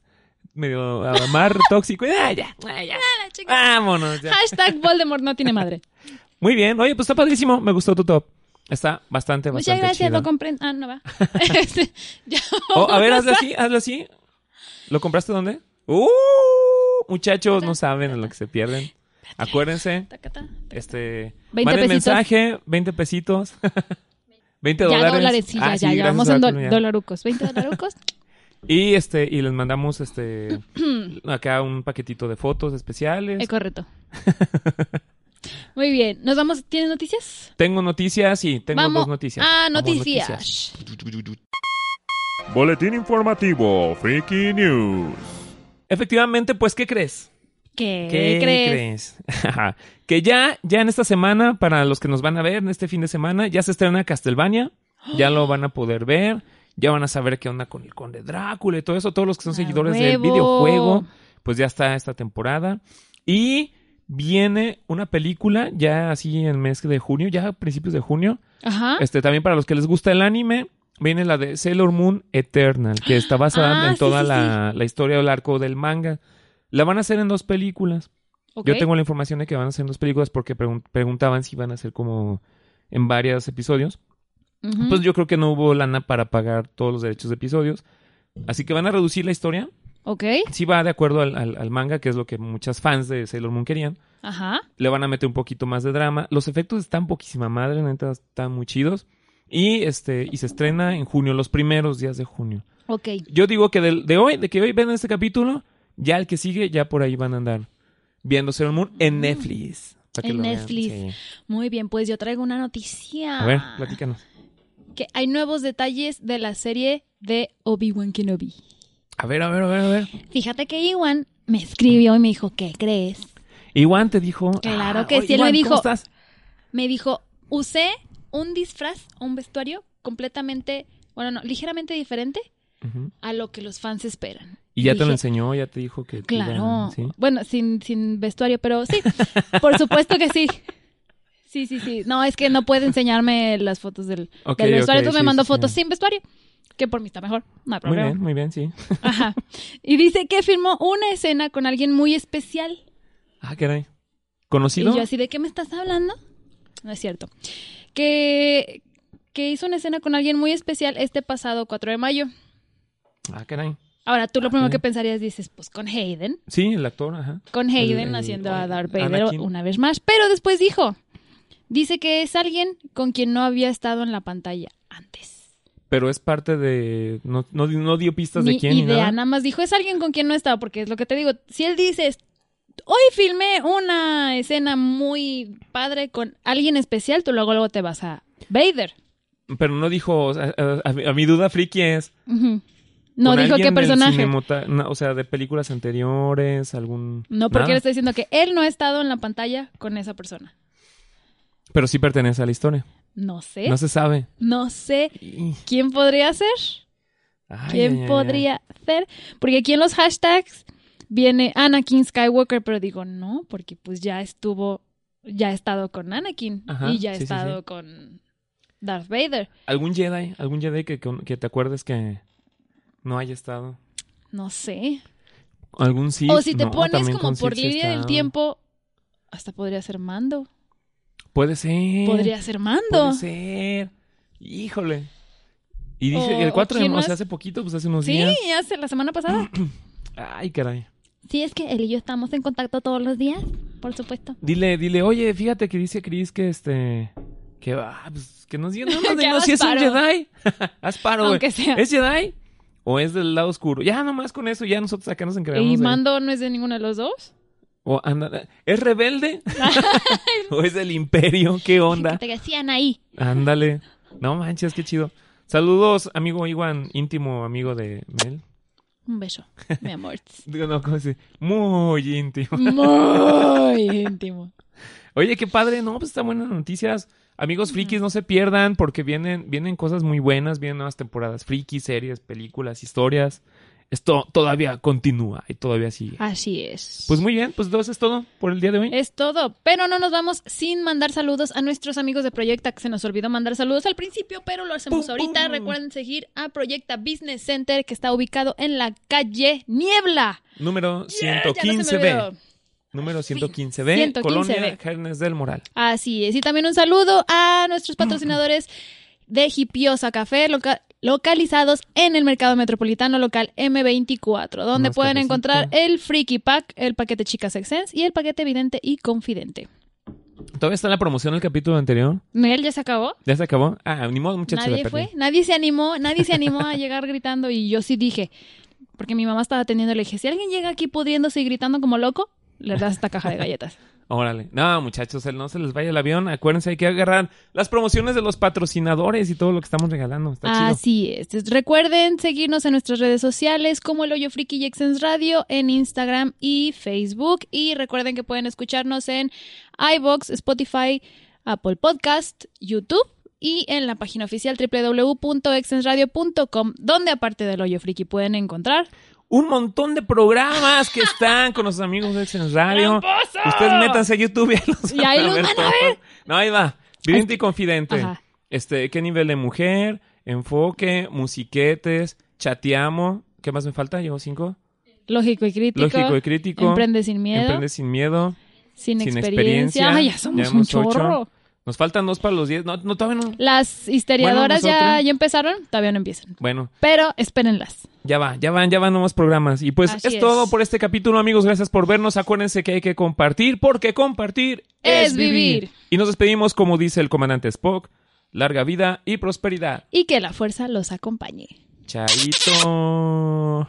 Speaker 1: medio amar tóxico. Y, ah, ya, ah, ya. Vámonos. ya.
Speaker 2: Hashtag Voldemort no tiene madre.
Speaker 1: Muy bien. Oye, pues está padrísimo. Me gustó tu top. Está bastante, bastante
Speaker 2: Muchas gracias,
Speaker 1: chido.
Speaker 2: lo comprendo. Ah, no va. Este, ya.
Speaker 1: Oh, a ver, hazlo así, hazlo así. ¿Lo compraste dónde? ¡Uh! Muchachos, no saben en lo que se pierden. Acuérdense,
Speaker 2: Tacata, tacata.
Speaker 1: este...
Speaker 2: 20
Speaker 1: manden
Speaker 2: pesitos.
Speaker 1: mensaje, 20 pesitos. 20
Speaker 2: Ya
Speaker 1: dólares.
Speaker 2: dólares, sí, ya,
Speaker 1: Ah,
Speaker 2: ya, ya,
Speaker 1: gracias
Speaker 2: vamos
Speaker 1: a la
Speaker 2: en do-
Speaker 1: comunidad.
Speaker 2: dolarucos. 20 dolarucos.
Speaker 1: Y este, y les mandamos este acá un paquetito de fotos especiales.
Speaker 2: Es correcto. Muy bien, nos vamos. ¿Tienes noticias?
Speaker 1: Tengo noticias y tengo
Speaker 2: vamos.
Speaker 1: dos noticias.
Speaker 2: Ah,
Speaker 1: Vamos,
Speaker 2: noticias.
Speaker 4: Boletín informativo, Freaky News.
Speaker 1: Efectivamente, pues, ¿qué crees?
Speaker 2: ¿Qué,
Speaker 1: ¿Qué
Speaker 2: crees?
Speaker 1: crees? que ya, ya en esta semana, para los que nos van a ver, en este fin de semana, ya se estrena Castlevania. Ya lo van a poder ver. Ya van a saber qué onda con el conde Drácula y todo eso. Todos los que son
Speaker 2: ¡A
Speaker 1: seguidores del
Speaker 2: huevo!
Speaker 1: videojuego, pues ya está esta temporada. Y viene una película ya así en mes de junio, ya a principios de junio.
Speaker 2: Ajá.
Speaker 1: Este, también para los que les gusta el anime, viene la de Sailor Moon Eternal, que está basada
Speaker 2: Ah,
Speaker 1: en
Speaker 2: sí,
Speaker 1: toda
Speaker 2: sí,
Speaker 1: la, la historia del arco del manga. La van a hacer en dos películas.
Speaker 2: ok.
Speaker 1: Yo tengo la información de que van a hacer en dos películas porque pregun- preguntaban si van a hacer como en varios episodios.
Speaker 2: Ujú.
Speaker 1: Pues yo creo que no hubo lana para pagar todos los derechos de episodios. Así que van a reducir la historia.
Speaker 2: Ok.
Speaker 1: Sí va de acuerdo al, al- al manga, que es lo que muchas fans de Sailor Moon querían.
Speaker 2: Ajá.
Speaker 1: Le van a meter un poquito más de drama. Los efectos están poquísima madre, neta, están muy chidos. Y este, y se estrena en junio, los primeros días de junio.
Speaker 2: Ok.
Speaker 1: Yo digo que del- de, hoy, de que hoy ven este capítulo, ya el que sigue, ya por ahí van a andar viendo Sailor Moon en Netflix. para que
Speaker 2: Mm. En
Speaker 1: lo vean,
Speaker 2: Netflix. Ah.
Speaker 1: sí.
Speaker 2: Muy bien, pues yo traigo una noticia.
Speaker 1: A ver, platícanos.
Speaker 2: Que hay nuevos detalles de la serie de Obi-Wan Kenobi.
Speaker 1: A ver, a ver, a ver, a ver.
Speaker 2: Fíjate que Iwan me escribió y me dijo, ¿qué crees?
Speaker 1: Iwan te dijo.
Speaker 2: Claro
Speaker 1: "Ah,
Speaker 2: que
Speaker 1: oye,
Speaker 2: sí, él me
Speaker 1: Iwan,
Speaker 2: dijo-
Speaker 1: ¿cómo estás?
Speaker 2: me dijo, usé un disfraz, un vestuario completamente, bueno, no, ligeramente diferente
Speaker 1: Ujú.
Speaker 2: a lo que los fans esperan.
Speaker 1: Y ya te lo
Speaker 2: Dije,
Speaker 1: enseñó, ya te dijo que. te
Speaker 2: Claro.
Speaker 1: iban- ¿sí?
Speaker 2: Bueno, sin, sin vestuario, pero sí, por supuesto que sí. Sí, sí, sí. No, es que no puede enseñarme las fotos del,
Speaker 1: Ok,
Speaker 2: del vestuario,
Speaker 1: ok,
Speaker 2: entonces
Speaker 1: sí,
Speaker 2: me mandó
Speaker 1: sí, sí.
Speaker 2: fotos sin vestuario, que por mí está mejor, no
Speaker 1: Muy
Speaker 2: hay problema.
Speaker 1: bien, muy bien, sí.
Speaker 2: Ajá. Y dice que firmó una escena con alguien muy especial.
Speaker 1: Ah, caray.
Speaker 2: Y
Speaker 1: ¿Conocido?
Speaker 2: yo así, ¿de qué me estás hablando? No es cierto. Que que hizo una escena con alguien muy especial este pasado 4 de mayo.
Speaker 1: Ah, caray.
Speaker 2: Ahora, tú lo primero
Speaker 1: sí.
Speaker 2: que pensarías dices, pues con Hayden,
Speaker 1: Sí, el actor, ajá.
Speaker 2: con Hayden
Speaker 1: el-
Speaker 2: haciendo a Darth
Speaker 1: Anakin.
Speaker 2: Vader una vez más, pero después dijo, dice que es alguien con quien no había estado en la pantalla antes.
Speaker 1: Pero es parte de. No, no, di- no dio pistas
Speaker 2: Ni
Speaker 1: de quién ni
Speaker 2: idea,
Speaker 1: nada.
Speaker 2: nada más dijo, es alguien con quien no he estado, porque es lo que te digo, si él dice, "Est- hoy filmé una escena muy padre con alguien especial, tú luego, luego te vas a Vader.
Speaker 1: Pero no dijo. o sea, a, a mi- a mi duda friki es.
Speaker 2: Ujú. No
Speaker 1: ¿con
Speaker 2: dijo
Speaker 1: alguien
Speaker 2: qué
Speaker 1: del
Speaker 2: personaje.
Speaker 1: cinemota- no, o sea, de películas anteriores, algún.
Speaker 2: No, porque él
Speaker 1: nada.
Speaker 2: está diciendo que él no ha estado en la pantalla con esa persona.
Speaker 1: Pero sí pertenece a la historia.
Speaker 2: No sé.
Speaker 1: No se sabe.
Speaker 2: No sé
Speaker 1: Y-
Speaker 2: quién podría ser.
Speaker 1: ay,
Speaker 2: ¿Quién
Speaker 1: ay, ay, ay.
Speaker 2: podría ser? Porque aquí en los hashtags viene Anakin Skywalker, pero digo no, porque pues ya estuvo, ya ha estado con Anakin
Speaker 1: Ajá,
Speaker 2: y ya ha
Speaker 1: sí, sí,
Speaker 2: estado con Darth Vader.
Speaker 1: ¿Algún Jedi? ¿Algún Jedi que, que- que te acuerdes que no haya estado?
Speaker 2: No sé.
Speaker 1: ¿Algún sí?
Speaker 2: o si te pones como por línea del tiempo, hasta podría ser Mando.
Speaker 1: Puede ser.
Speaker 2: Podría ser Mando.
Speaker 1: Puede ser. Híjole. Y dice,
Speaker 2: O-
Speaker 1: el
Speaker 2: o
Speaker 1: 4 de
Speaker 2: quién
Speaker 1: mayo, o sea,
Speaker 2: más.
Speaker 1: hace poquito, pues hace unos
Speaker 2: Sí,
Speaker 1: días.
Speaker 2: hace la semana pasada.
Speaker 1: Ay, caray.
Speaker 2: Sí, es que él y yo estamos en contacto todos los días, por supuesto.
Speaker 1: Dile, dile, oye, fíjate que dice Chris que este. Que va, pues que nos digan nada más
Speaker 2: Que
Speaker 1: dinos
Speaker 2: hagas
Speaker 1: si es un
Speaker 2: paro.
Speaker 1: Jedi. Haz paro, güey.
Speaker 2: Aunque sea.
Speaker 1: ¿Es Jedi? ¿O es del lado oscuro? Ya nomás con eso, ya nosotros acá nos encargamos.
Speaker 2: ¿Y
Speaker 1: de-
Speaker 2: Mando no es de ninguno de los dos?
Speaker 1: o anda- ¿Es rebelde? ¿O es del imperio? ¿Qué onda?
Speaker 2: Que te decían ahí.
Speaker 1: Ándale. No manches, qué chido. Saludos, amigo Iwan, íntimo amigo de Mel.
Speaker 2: Un beso, mi amor.
Speaker 1: Digo, no, ¿cómo se dice? Muy íntimo.
Speaker 2: Muy íntimo.
Speaker 1: Oye, qué padre, no, pues están buenas noticias. Amigos frikis, no se pierdan porque vienen, vienen cosas muy buenas, vienen nuevas temporadas frikis, series, películas, historias. Esto todavía continúa y todavía sigue.
Speaker 2: Así es.
Speaker 1: Pues muy bien, pues entonces es todo por el día de hoy.
Speaker 2: es todo, pero no nos vamos sin mandar saludos a nuestros amigos de Proyecta, que se nos olvidó mandar saludos al principio, pero lo hacemos
Speaker 1: Pum,
Speaker 2: ahorita.
Speaker 1: pum.
Speaker 2: Recuerden seguir a Proyecta Business Center, que está ubicado en la calle Niebla.
Speaker 1: Número
Speaker 2: Ya no se me
Speaker 1: 115B.
Speaker 2: olvidó.
Speaker 1: Número
Speaker 2: 115B.
Speaker 1: 115B, Colonia Jernes del Moral.
Speaker 2: Así es. Y también un saludo a nuestros
Speaker 1: Mm.
Speaker 2: patrocinadores de Hipiosa Café, loca- localizados en el mercado metropolitano local M24, donde
Speaker 1: Más
Speaker 2: pueden
Speaker 1: cafecito.
Speaker 2: encontrar el Freaky Pack, el paquete Chicas Exens y el paquete Vidente y Confidente.
Speaker 1: ¿Todavía está la promoción del capítulo anterior?
Speaker 2: Miguel ya se acabó.
Speaker 1: ¿Ya se acabó? Ah, ni modo, muchachos. la
Speaker 2: Nadie
Speaker 1: perdí.
Speaker 2: fue, nadie se animó, nadie se animó a llegar gritando y yo sí dije, porque mi mamá estaba atendiendo, le dije, si alguien llega aquí pudiéndose y gritando como loco, le das esta caja de galletas.
Speaker 1: Órale. No, muchachos, el- no se les vaya el avión. Acuérdense, hay que agarrar las promociones de los patrocinadores y todo lo que estamos regalando.
Speaker 2: Ah,
Speaker 1: Está chido.
Speaker 2: Así es. Entonces, Recuerden seguirnos en nuestras redes sociales como El Hoyo Friki y Exens Radio en Instagram y Facebook. Y recuerden que pueden escucharnos en iBox, Spotify, Apple Podcast, YouTube y en la página oficial www.exensradio.com, donde aparte del Hoyo Friki pueden encontrar.
Speaker 1: un montón de programas que están con nuestros amigos de Exxon Radio. Ustedes métanse a YouTube y ahí los,
Speaker 2: Y ahí los van a
Speaker 1: todos. No, ahí va. Viviente y confidente.
Speaker 2: Ajá.
Speaker 1: Este, ¿qué nivel de mujer? Enfoque, musiquetes, chateamo. ¿Qué más me falta? Llevo cinco.
Speaker 2: Lógico y crítico.
Speaker 1: Lógico y crítico.
Speaker 2: Emprende sin miedo.
Speaker 1: Emprende sin miedo.
Speaker 2: sin,
Speaker 1: sin
Speaker 2: experiencia.
Speaker 1: experiencia.
Speaker 2: Ay, ya somos
Speaker 1: Ya
Speaker 2: un
Speaker 1: hemos ocho.
Speaker 2: chorro.
Speaker 1: Nos faltan dos para los diez. No, no todavía no.
Speaker 2: Las historiadoras
Speaker 1: Bueno,
Speaker 2: ya,
Speaker 1: nosotros-
Speaker 2: ya empezaron, todavía no empiezan.
Speaker 1: Bueno,
Speaker 2: Pero espérenlas.
Speaker 1: ya va, ya van, ya van nuevos programas. Y pues
Speaker 2: Así
Speaker 1: es,
Speaker 2: es.
Speaker 1: todo por este capítulo, amigos. Gracias por vernos. Acuérdense que hay que compartir, porque compartir
Speaker 2: Es vivir.
Speaker 1: Y nos despedimos, como dice el comandante Spock. Larga vida y prosperidad.
Speaker 2: Y que la fuerza los acompañe.
Speaker 1: Chaito.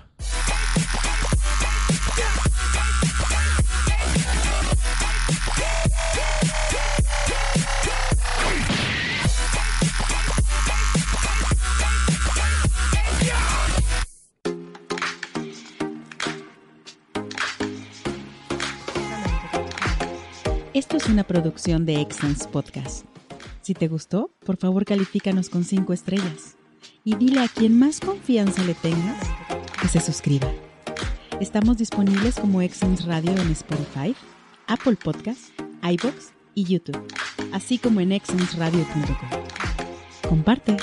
Speaker 5: Esto es una producción de Excellence Podcast. Si te gustó, por favor califícanos con 5 estrellas y dile a quien más confianza le tengas que se suscriba. Estamos disponibles como Excellence Radio en Spotify, Apple Podcasts, iBox y YouTube, así como en excellenceradio.com. Comparte.